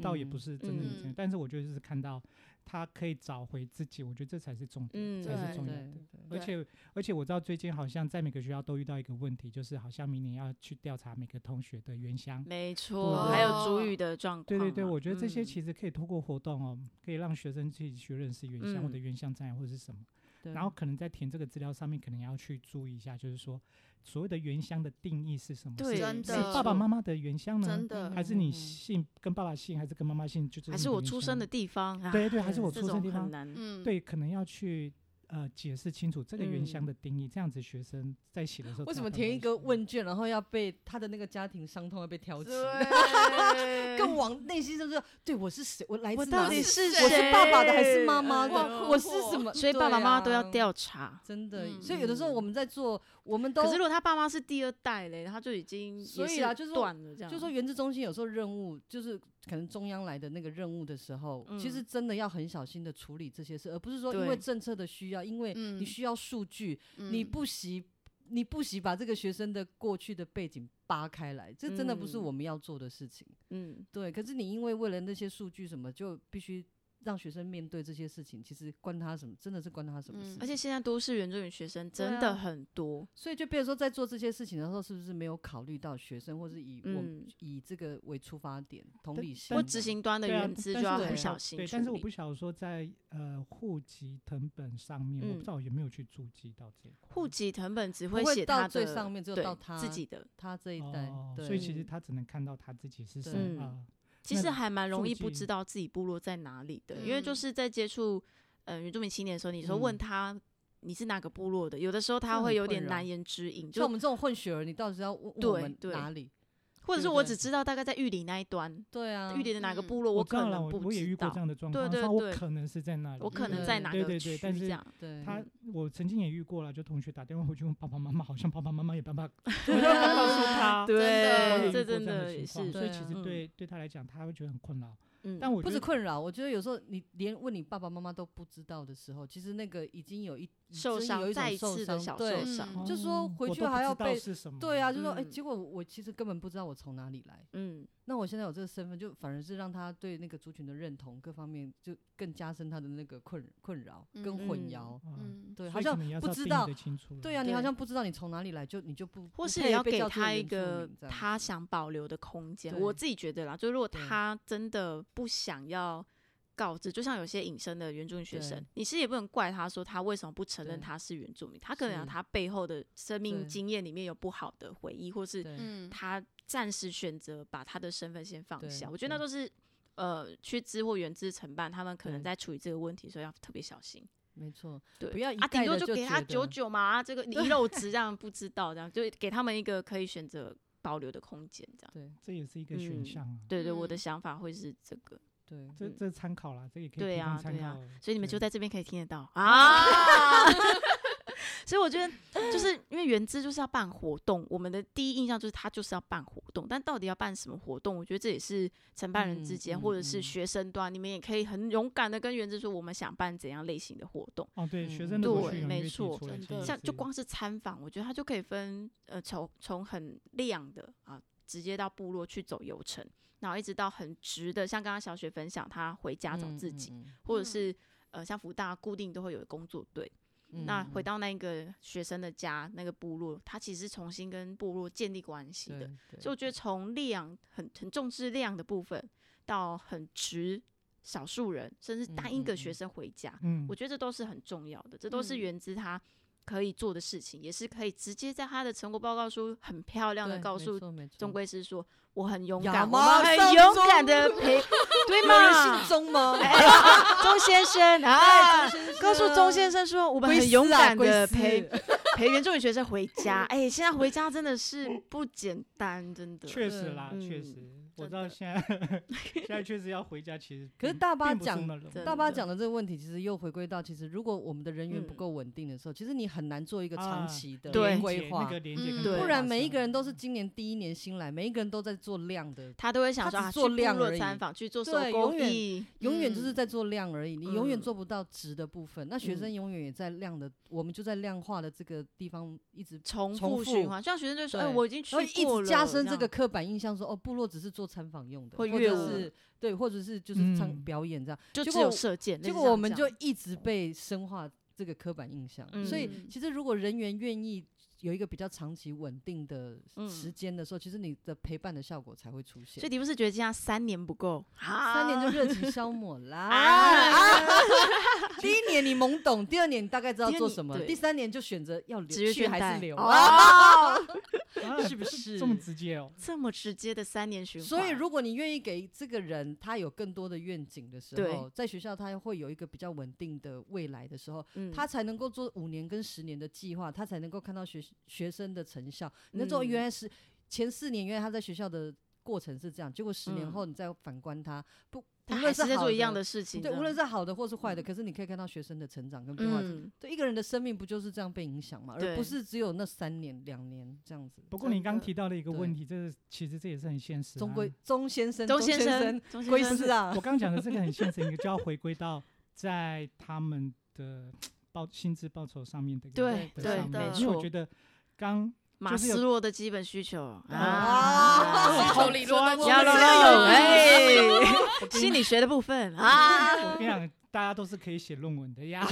Speaker 1: 倒也不
Speaker 4: 嗯
Speaker 1: 是真的有成就，
Speaker 2: 嗯
Speaker 1: 但是我觉得是看到他可以找回自己，我觉得这才是重点，
Speaker 3: 嗯
Speaker 1: 才是
Speaker 2: 对
Speaker 1: 重要
Speaker 4: 对
Speaker 1: 的。而
Speaker 4: 对
Speaker 1: 且而且我知道最近好像在每个学校都遇到一个问题，就是好像明年要去调查每个同学的原乡。
Speaker 3: 没
Speaker 1: 对
Speaker 3: 错，还有主语的状况嘛。
Speaker 1: 对对对，我觉得这些
Speaker 4: 嗯
Speaker 1: 其实可以通过活动哦，可以让学生自己去认识原乡或
Speaker 3: 嗯
Speaker 1: 者原乡在哪或者是什么。
Speaker 4: 对
Speaker 1: 然后可能在填这个资料上面，可能也要去注意一下，就是说所谓的原乡的定义是什么？
Speaker 3: 对
Speaker 1: 是
Speaker 2: 真
Speaker 1: 是
Speaker 2: 的
Speaker 1: 爸爸妈妈的原乡呢
Speaker 2: 真，的
Speaker 1: 还是你姓跟爸爸姓，还是跟妈妈姓？就这
Speaker 3: 还
Speaker 1: 你
Speaker 3: 是我
Speaker 1: 原
Speaker 3: 出
Speaker 1: 乡
Speaker 3: 生
Speaker 1: 呢
Speaker 3: 的地方啊，
Speaker 1: 对对，还是
Speaker 4: 对
Speaker 1: 我
Speaker 3: 这
Speaker 1: 出生的地
Speaker 3: 种很
Speaker 1: 方。
Speaker 3: 难。
Speaker 2: 嗯，
Speaker 1: 对，可能要去呃解释清楚这个原乡
Speaker 3: 嗯
Speaker 1: 的定义，这样子学生在写的时候
Speaker 4: 为什
Speaker 1: 才会
Speaker 4: 么填一
Speaker 1: 认识？
Speaker 4: 个问卷，然后要被他的那个家庭伤痛要被挑起？
Speaker 2: 对，
Speaker 4: 更往内心深处，对我是谁，我来
Speaker 3: 我
Speaker 4: 自
Speaker 3: 到
Speaker 4: 哪
Speaker 3: 底
Speaker 4: 里？
Speaker 3: 是
Speaker 2: 谁
Speaker 4: 我是爸爸的还是妈
Speaker 3: 嗯
Speaker 4: 妈
Speaker 2: 哇
Speaker 4: 的？我是什么？
Speaker 3: 所以爸爸
Speaker 4: 对
Speaker 3: 妈妈都
Speaker 4: 啊
Speaker 3: 要调查。
Speaker 4: 真的，
Speaker 2: 哦嗯
Speaker 4: 所以有的时候我们在做，我们都
Speaker 3: 可是如果他爸妈是第二代嘞，他就已经也
Speaker 4: 所以啊就是说
Speaker 3: 断了这样，
Speaker 4: 就说原子中心有时候任务就是可能中央来的那个任务的时候，其实
Speaker 3: 嗯
Speaker 4: 真的要很小心的处理这些事，而不是说因
Speaker 3: 对
Speaker 4: 为政策的需要，因为
Speaker 2: 嗯
Speaker 4: 你需要数据，你
Speaker 2: 嗯
Speaker 4: 不惜你不惜把这个学生的过去的背景扒开来，这真的不是
Speaker 3: 嗯
Speaker 4: 我们要做的事情。
Speaker 3: 嗯，
Speaker 4: 对，可是你因为为了那些数据什么，就必须让学生面对这些事情，其实关他什么，真的是关他什么
Speaker 2: 嗯
Speaker 4: 事。
Speaker 3: 而且现在都市原住民学生
Speaker 4: 对
Speaker 3: 真
Speaker 4: 啊
Speaker 3: 的很多，
Speaker 4: 所以就变成说，在做这些事情的时候，是不是没有考虑到学生，或是以我、
Speaker 3: 嗯
Speaker 4: 以这个为出发点，同
Speaker 1: 但
Speaker 4: 理心
Speaker 3: 或
Speaker 4: 嘛？
Speaker 3: 执行端的
Speaker 1: 对啊
Speaker 3: 认知
Speaker 1: 但
Speaker 3: 就
Speaker 1: 是
Speaker 3: 要
Speaker 1: 我
Speaker 3: 很
Speaker 1: 不
Speaker 3: 小
Speaker 1: 晓
Speaker 3: 心
Speaker 1: 对，但是
Speaker 3: 处
Speaker 1: 我
Speaker 3: 理
Speaker 1: 不晓得说在呃户籍成本上面，我不
Speaker 3: 嗯
Speaker 1: 知道有没有去注记到这一块。
Speaker 3: 户籍成本只
Speaker 4: 不
Speaker 3: 会写他
Speaker 4: 到
Speaker 3: 的
Speaker 4: 最上面，只有
Speaker 3: 对
Speaker 4: 到他
Speaker 3: 自己的，
Speaker 4: 他这一代。
Speaker 1: 哦，
Speaker 4: 对，
Speaker 1: 所以其实
Speaker 3: 嗯
Speaker 1: 他只能看到他自己是
Speaker 4: 对
Speaker 1: 什么
Speaker 3: 嗯
Speaker 1: 啊。
Speaker 3: 其
Speaker 1: 那
Speaker 3: 实还蛮容
Speaker 1: 住
Speaker 3: 易不知
Speaker 1: 进
Speaker 3: 道自己部落在哪里的，因为就
Speaker 2: 嗯
Speaker 3: 是在接触呃原住民青年的时候，你说问
Speaker 4: 嗯
Speaker 3: 他你是哪个部落的，有的时候他
Speaker 4: 很
Speaker 3: 会有
Speaker 4: 困
Speaker 3: 点
Speaker 4: 扰
Speaker 3: 难言之隐，
Speaker 4: 像
Speaker 3: 就
Speaker 4: 我们这种混血儿，你到底是要问问我
Speaker 3: 对
Speaker 4: 们
Speaker 3: 对
Speaker 4: 哪里？
Speaker 3: 或者
Speaker 4: 对
Speaker 3: 是
Speaker 4: 不
Speaker 3: 我
Speaker 4: 对
Speaker 3: 只知道大概在玉里那一端，
Speaker 4: 对啊，
Speaker 3: 玉里的哪个
Speaker 2: 嗯
Speaker 3: 部落
Speaker 1: 我知
Speaker 3: 可
Speaker 1: 道了，
Speaker 3: 能
Speaker 1: 我
Speaker 3: 不
Speaker 1: 我也遇
Speaker 3: 知
Speaker 1: 过
Speaker 3: 道
Speaker 1: 这，样的状
Speaker 3: 对
Speaker 1: 况，
Speaker 3: 对
Speaker 1: 说我
Speaker 3: 对
Speaker 1: 可能是在那里，
Speaker 3: 我可能
Speaker 4: 嗯
Speaker 3: 在哪
Speaker 1: 对
Speaker 3: 个
Speaker 1: 对
Speaker 3: 区
Speaker 1: 对但是
Speaker 3: 这样，
Speaker 4: 对，
Speaker 1: 他我曾经也遇过了，就同学打电话回去问爸爸妈妈，好像爸爸妈妈也办法
Speaker 4: 对啊
Speaker 1: 告诉他。我也
Speaker 3: 对，
Speaker 1: 遇过这
Speaker 3: 这
Speaker 1: 样
Speaker 3: 真
Speaker 1: 的情
Speaker 3: 的
Speaker 1: 况，
Speaker 3: 是，
Speaker 1: 所以
Speaker 4: 对
Speaker 1: 其
Speaker 4: 啊
Speaker 1: 实
Speaker 3: 嗯
Speaker 1: 对对他来讲，他会觉得很困扰。
Speaker 3: 嗯
Speaker 1: 但我
Speaker 4: 不
Speaker 1: 觉
Speaker 4: 止
Speaker 1: 得
Speaker 4: 困扰，我觉得有时候你连问你爸爸妈妈都不知道的时候，其实那个已经有一已
Speaker 3: 受
Speaker 4: 经
Speaker 3: 伤
Speaker 4: 有一
Speaker 3: 再
Speaker 4: 种
Speaker 3: 一次的
Speaker 4: 伤，
Speaker 3: 小受
Speaker 4: 对，
Speaker 3: 伤，
Speaker 4: 就说
Speaker 1: 哦
Speaker 4: 回
Speaker 1: 我
Speaker 4: 去
Speaker 1: 都不
Speaker 4: 还
Speaker 1: 知
Speaker 4: 要
Speaker 1: 道
Speaker 4: 被
Speaker 1: 是什么？
Speaker 4: 对啊，就说哎、
Speaker 3: 嗯
Speaker 4: 结果我其实根本不知道我从哪里来，
Speaker 3: 嗯，
Speaker 4: 那我现在有这个身份，就反而是让他对那个族群的认同各方面就更加深他的那个困困扰跟混
Speaker 3: 嗯
Speaker 4: 淆。
Speaker 1: 啊，
Speaker 2: 嗯
Speaker 4: 对，
Speaker 1: 所
Speaker 4: 好
Speaker 1: 以可
Speaker 4: 像
Speaker 1: 能要是
Speaker 4: 不
Speaker 1: 要
Speaker 4: 知
Speaker 1: 定义
Speaker 4: 道
Speaker 1: 得清楚了。
Speaker 4: 对啊，你好
Speaker 3: 对
Speaker 4: 像不知道你从哪里来，就你就不
Speaker 3: 或
Speaker 4: 不
Speaker 3: 是
Speaker 4: 配
Speaker 3: 也要
Speaker 4: 被
Speaker 3: 给
Speaker 4: 叫做
Speaker 3: 他
Speaker 4: 原
Speaker 3: 一
Speaker 4: 住
Speaker 3: 个
Speaker 4: 民这样
Speaker 3: 他想保留的空间。我
Speaker 4: 对
Speaker 3: 自己觉得啦，就如果
Speaker 4: 对
Speaker 3: 他真的不想要告知，就像有些隐身的原住民学生
Speaker 4: 对，
Speaker 3: 你其实也不能怪他说他为什么不承认
Speaker 4: 对
Speaker 3: 他是原住民，他可能有
Speaker 4: 是
Speaker 3: 他背后的生命
Speaker 4: 对
Speaker 3: 经验里面有不好的回忆，或是
Speaker 4: 对
Speaker 2: 嗯，
Speaker 3: 他暂时选择把他的身份先放
Speaker 4: 对
Speaker 3: 下。我觉得那
Speaker 4: 对
Speaker 3: 都是。呃，去知或原知承办，他们可能
Speaker 4: 对
Speaker 3: 在处理这个问题的时候要特别小心。
Speaker 4: 没错，
Speaker 3: 对，
Speaker 4: 不要一
Speaker 3: 啊，顶
Speaker 4: 概
Speaker 3: 多
Speaker 4: 地
Speaker 3: 就
Speaker 4: 就
Speaker 3: 给他
Speaker 4: 觉
Speaker 3: 九
Speaker 4: 得
Speaker 3: 九嘛，啊这个遗漏值这样不知道，这样就给他们一个可以选择保留的空间，这样。
Speaker 4: 对
Speaker 1: 这也是一个选
Speaker 3: 嗯
Speaker 1: 项啊。
Speaker 3: 对对，我的
Speaker 2: 嗯
Speaker 3: 想法会是这个，
Speaker 4: 对，
Speaker 1: 这
Speaker 3: 嗯
Speaker 1: 这参考啦，这也可以
Speaker 3: 对
Speaker 1: 提供
Speaker 3: 啊
Speaker 1: 参
Speaker 3: 对啊
Speaker 1: 考
Speaker 3: 所以你们
Speaker 1: 对
Speaker 4: 嗯
Speaker 3: 就在这边可以听得到啊。 所以我觉得，就是因为原知就是要办活动，我们的第一印象就是他就是要办活动，但到底要办什么活动，我觉得这也是承办人之
Speaker 4: 嗯
Speaker 3: 间、
Speaker 4: 嗯
Speaker 3: 或者是
Speaker 4: 嗯
Speaker 3: 学生端，你们也可以很勇敢的跟原知说，我们想办怎样类型的活动。
Speaker 1: 哦，对，
Speaker 4: 嗯
Speaker 1: 学
Speaker 4: 嗯
Speaker 1: 生的过
Speaker 3: 对
Speaker 1: 去踊
Speaker 3: 没
Speaker 1: 跃提
Speaker 3: 错
Speaker 1: 出来
Speaker 2: 真
Speaker 1: 这
Speaker 2: 的
Speaker 1: 也
Speaker 3: 像就是光是参访，我觉得它就可以分呃从从很亮的啊，直接到部落去走游程，然后一直到很直的，像刚刚小雪分享，她回家找自己，
Speaker 4: 嗯，嗯
Speaker 3: 或者
Speaker 2: 嗯
Speaker 3: 是呃像福大固定都会有工作队，
Speaker 4: 嗯
Speaker 3: 那
Speaker 4: 嗯
Speaker 3: 回到那个学生的家那个部落，他其实是重新跟部落建立关系的，
Speaker 4: 对
Speaker 3: 所以我觉得从量很很重质量的部分到很直少数人，甚至单一
Speaker 4: 嗯
Speaker 3: 个
Speaker 4: 嗯
Speaker 3: 学
Speaker 4: 嗯
Speaker 3: 生回家，
Speaker 1: 嗯，
Speaker 3: 我觉得这都是很重要的，这都是
Speaker 2: 嗯
Speaker 3: 原资他可以做的事情，也是可以直接在他的成果报告书很漂亮的
Speaker 4: 对
Speaker 3: 告
Speaker 4: 没
Speaker 3: 诉
Speaker 4: 错没错
Speaker 3: 中规师说我很勇
Speaker 4: 亚
Speaker 3: 敢，我
Speaker 4: 麻
Speaker 3: 们很
Speaker 4: 上
Speaker 3: 勇
Speaker 4: 中
Speaker 3: 敢的陪， 对
Speaker 4: 有人
Speaker 3: 吗
Speaker 4: 姓？钟吗？
Speaker 3: 哎钟先生啊，告诉钟先生
Speaker 4: 生，
Speaker 3: 说我们
Speaker 4: 归
Speaker 3: 很勇
Speaker 4: 私啊
Speaker 3: 敢
Speaker 4: 归
Speaker 3: 的
Speaker 4: 私
Speaker 3: 陪陪原住民学生回 家，哎，现在回家真的是不简单，真的。
Speaker 1: 确实
Speaker 4: 嗯
Speaker 1: 啦，确实，我
Speaker 3: 真
Speaker 1: 知道
Speaker 3: 的
Speaker 1: 现 在现在确实要回家，其实
Speaker 4: 可是
Speaker 1: 并
Speaker 4: 大巴
Speaker 1: 并不是
Speaker 4: 讲
Speaker 1: 那种
Speaker 3: 真
Speaker 4: 大巴
Speaker 3: 的
Speaker 4: 讲的这个问题，其实又回归到，其实如果我们的人员不
Speaker 3: 嗯
Speaker 4: 够稳定的时候，其实你很难做一个
Speaker 1: 啊
Speaker 4: 长期的
Speaker 3: 对
Speaker 1: 连接
Speaker 4: 规划
Speaker 1: 那。个连接
Speaker 2: 嗯
Speaker 1: 跟
Speaker 3: 对
Speaker 1: 规
Speaker 4: 不
Speaker 1: 划
Speaker 4: 然
Speaker 1: 是
Speaker 4: 每一
Speaker 1: 吧
Speaker 4: 个人都是今年第一年新来，每一个人都在做量的，
Speaker 3: 他都会想
Speaker 4: 他
Speaker 3: 说啊，去
Speaker 4: 只做量
Speaker 3: 部落
Speaker 4: 而已
Speaker 3: 参访，去做手
Speaker 4: 对
Speaker 3: 工
Speaker 4: 永远
Speaker 3: 艺，
Speaker 4: 永远就
Speaker 3: 嗯
Speaker 4: 是在做量而已，你永远
Speaker 3: 嗯
Speaker 4: 做不到值的部分。那学生永远也在量的，我们就在量化的这个地方一直，
Speaker 3: 重
Speaker 4: 重
Speaker 3: 复循
Speaker 4: 复
Speaker 3: 环，像学生就说：“哎，
Speaker 4: 对
Speaker 3: 我已经去
Speaker 4: 然后
Speaker 3: 过
Speaker 4: 一
Speaker 3: 了。”
Speaker 4: 直加深这个刻板印象，说哦，部落只是做参访用的，
Speaker 3: 或
Speaker 4: 或
Speaker 3: 乐
Speaker 4: 者
Speaker 3: 舞
Speaker 4: 是对，或者是就是唱
Speaker 1: 嗯
Speaker 4: 表演这样。
Speaker 3: 就
Speaker 4: 结
Speaker 3: 只有
Speaker 4: 果
Speaker 3: 射箭。类
Speaker 4: 结
Speaker 3: 似
Speaker 4: 果
Speaker 3: 像
Speaker 4: 我们
Speaker 3: 这
Speaker 4: 就
Speaker 3: 样
Speaker 4: 一直被深化这个刻板印象，所以
Speaker 2: 嗯
Speaker 4: 其实如果人员愿意有一个比较长期稳定的
Speaker 3: 嗯
Speaker 4: 时间的时候，其实你的陪伴的效果才会出现
Speaker 3: 所以。你不是觉得这样三年不够啊？
Speaker 4: 三年就热情消磨啦。
Speaker 3: 啊
Speaker 4: 第一年你懵懂，第二年你大概知道
Speaker 3: 第二
Speaker 4: 做
Speaker 3: 年
Speaker 4: 什么，
Speaker 3: 对
Speaker 4: 第三年就选择要
Speaker 3: 职业
Speaker 4: 留去
Speaker 3: 倦
Speaker 4: 还
Speaker 3: 怠
Speaker 4: 是留，
Speaker 3: 哦，
Speaker 1: 啊
Speaker 4: 是不 是
Speaker 1: 这？么直接哦？
Speaker 3: 这么直接的三年循环。
Speaker 4: 所以，如果你愿意给这个人他有更多的愿景的时
Speaker 3: 对
Speaker 4: 候，在学校他会有一个比较稳定的未来的时候，
Speaker 3: 嗯
Speaker 4: 他才能够做五年跟十年的计划，他才能够看到学学生的成效。你那时候
Speaker 3: 嗯
Speaker 4: 原来是前四年，原来他在学校的过程是这样，结果十年后你再反观他，不，
Speaker 3: 嗯他
Speaker 4: 无
Speaker 3: 还
Speaker 4: 论
Speaker 3: 是在
Speaker 4: 好
Speaker 3: 做一样的事情，
Speaker 4: 对，无论
Speaker 3: 是
Speaker 4: 是好的或是坏的，可是你可以看到学生的成长跟变化。
Speaker 3: 嗯，
Speaker 4: 对一个人的生命不就是这样被影响吗？而
Speaker 3: 对
Speaker 4: 不是只有那三年、两年这样子。
Speaker 1: 不过你
Speaker 3: 真
Speaker 1: 刚
Speaker 3: 的
Speaker 1: 提到了一个
Speaker 4: 对
Speaker 1: 问题，这是其实这也是很现实、啊。
Speaker 4: 钟归钟先生，
Speaker 3: 钟
Speaker 4: 先
Speaker 3: 先 生，钟
Speaker 4: 归
Speaker 3: 嗯先
Speaker 4: 师
Speaker 3: 生，
Speaker 4: 啊
Speaker 1: 我，刚讲的这个很现实，你就要回归到在他们的报薪资报酬上面的一个
Speaker 3: 对
Speaker 1: 的
Speaker 3: 对
Speaker 1: 上面
Speaker 3: 没
Speaker 1: 因为我
Speaker 3: 错
Speaker 1: 觉得刚
Speaker 3: 马
Speaker 1: 就是有
Speaker 3: 斯洛的基本需求
Speaker 1: 哦
Speaker 4: 啊
Speaker 3: 啊
Speaker 2: 需求理论都
Speaker 3: 有
Speaker 2: 是
Speaker 3: 有
Speaker 2: 这
Speaker 3: 有，
Speaker 2: 样
Speaker 3: 哎，心理学的部分啊，
Speaker 1: 我跟你讲，大家都是可以写论文的 呀。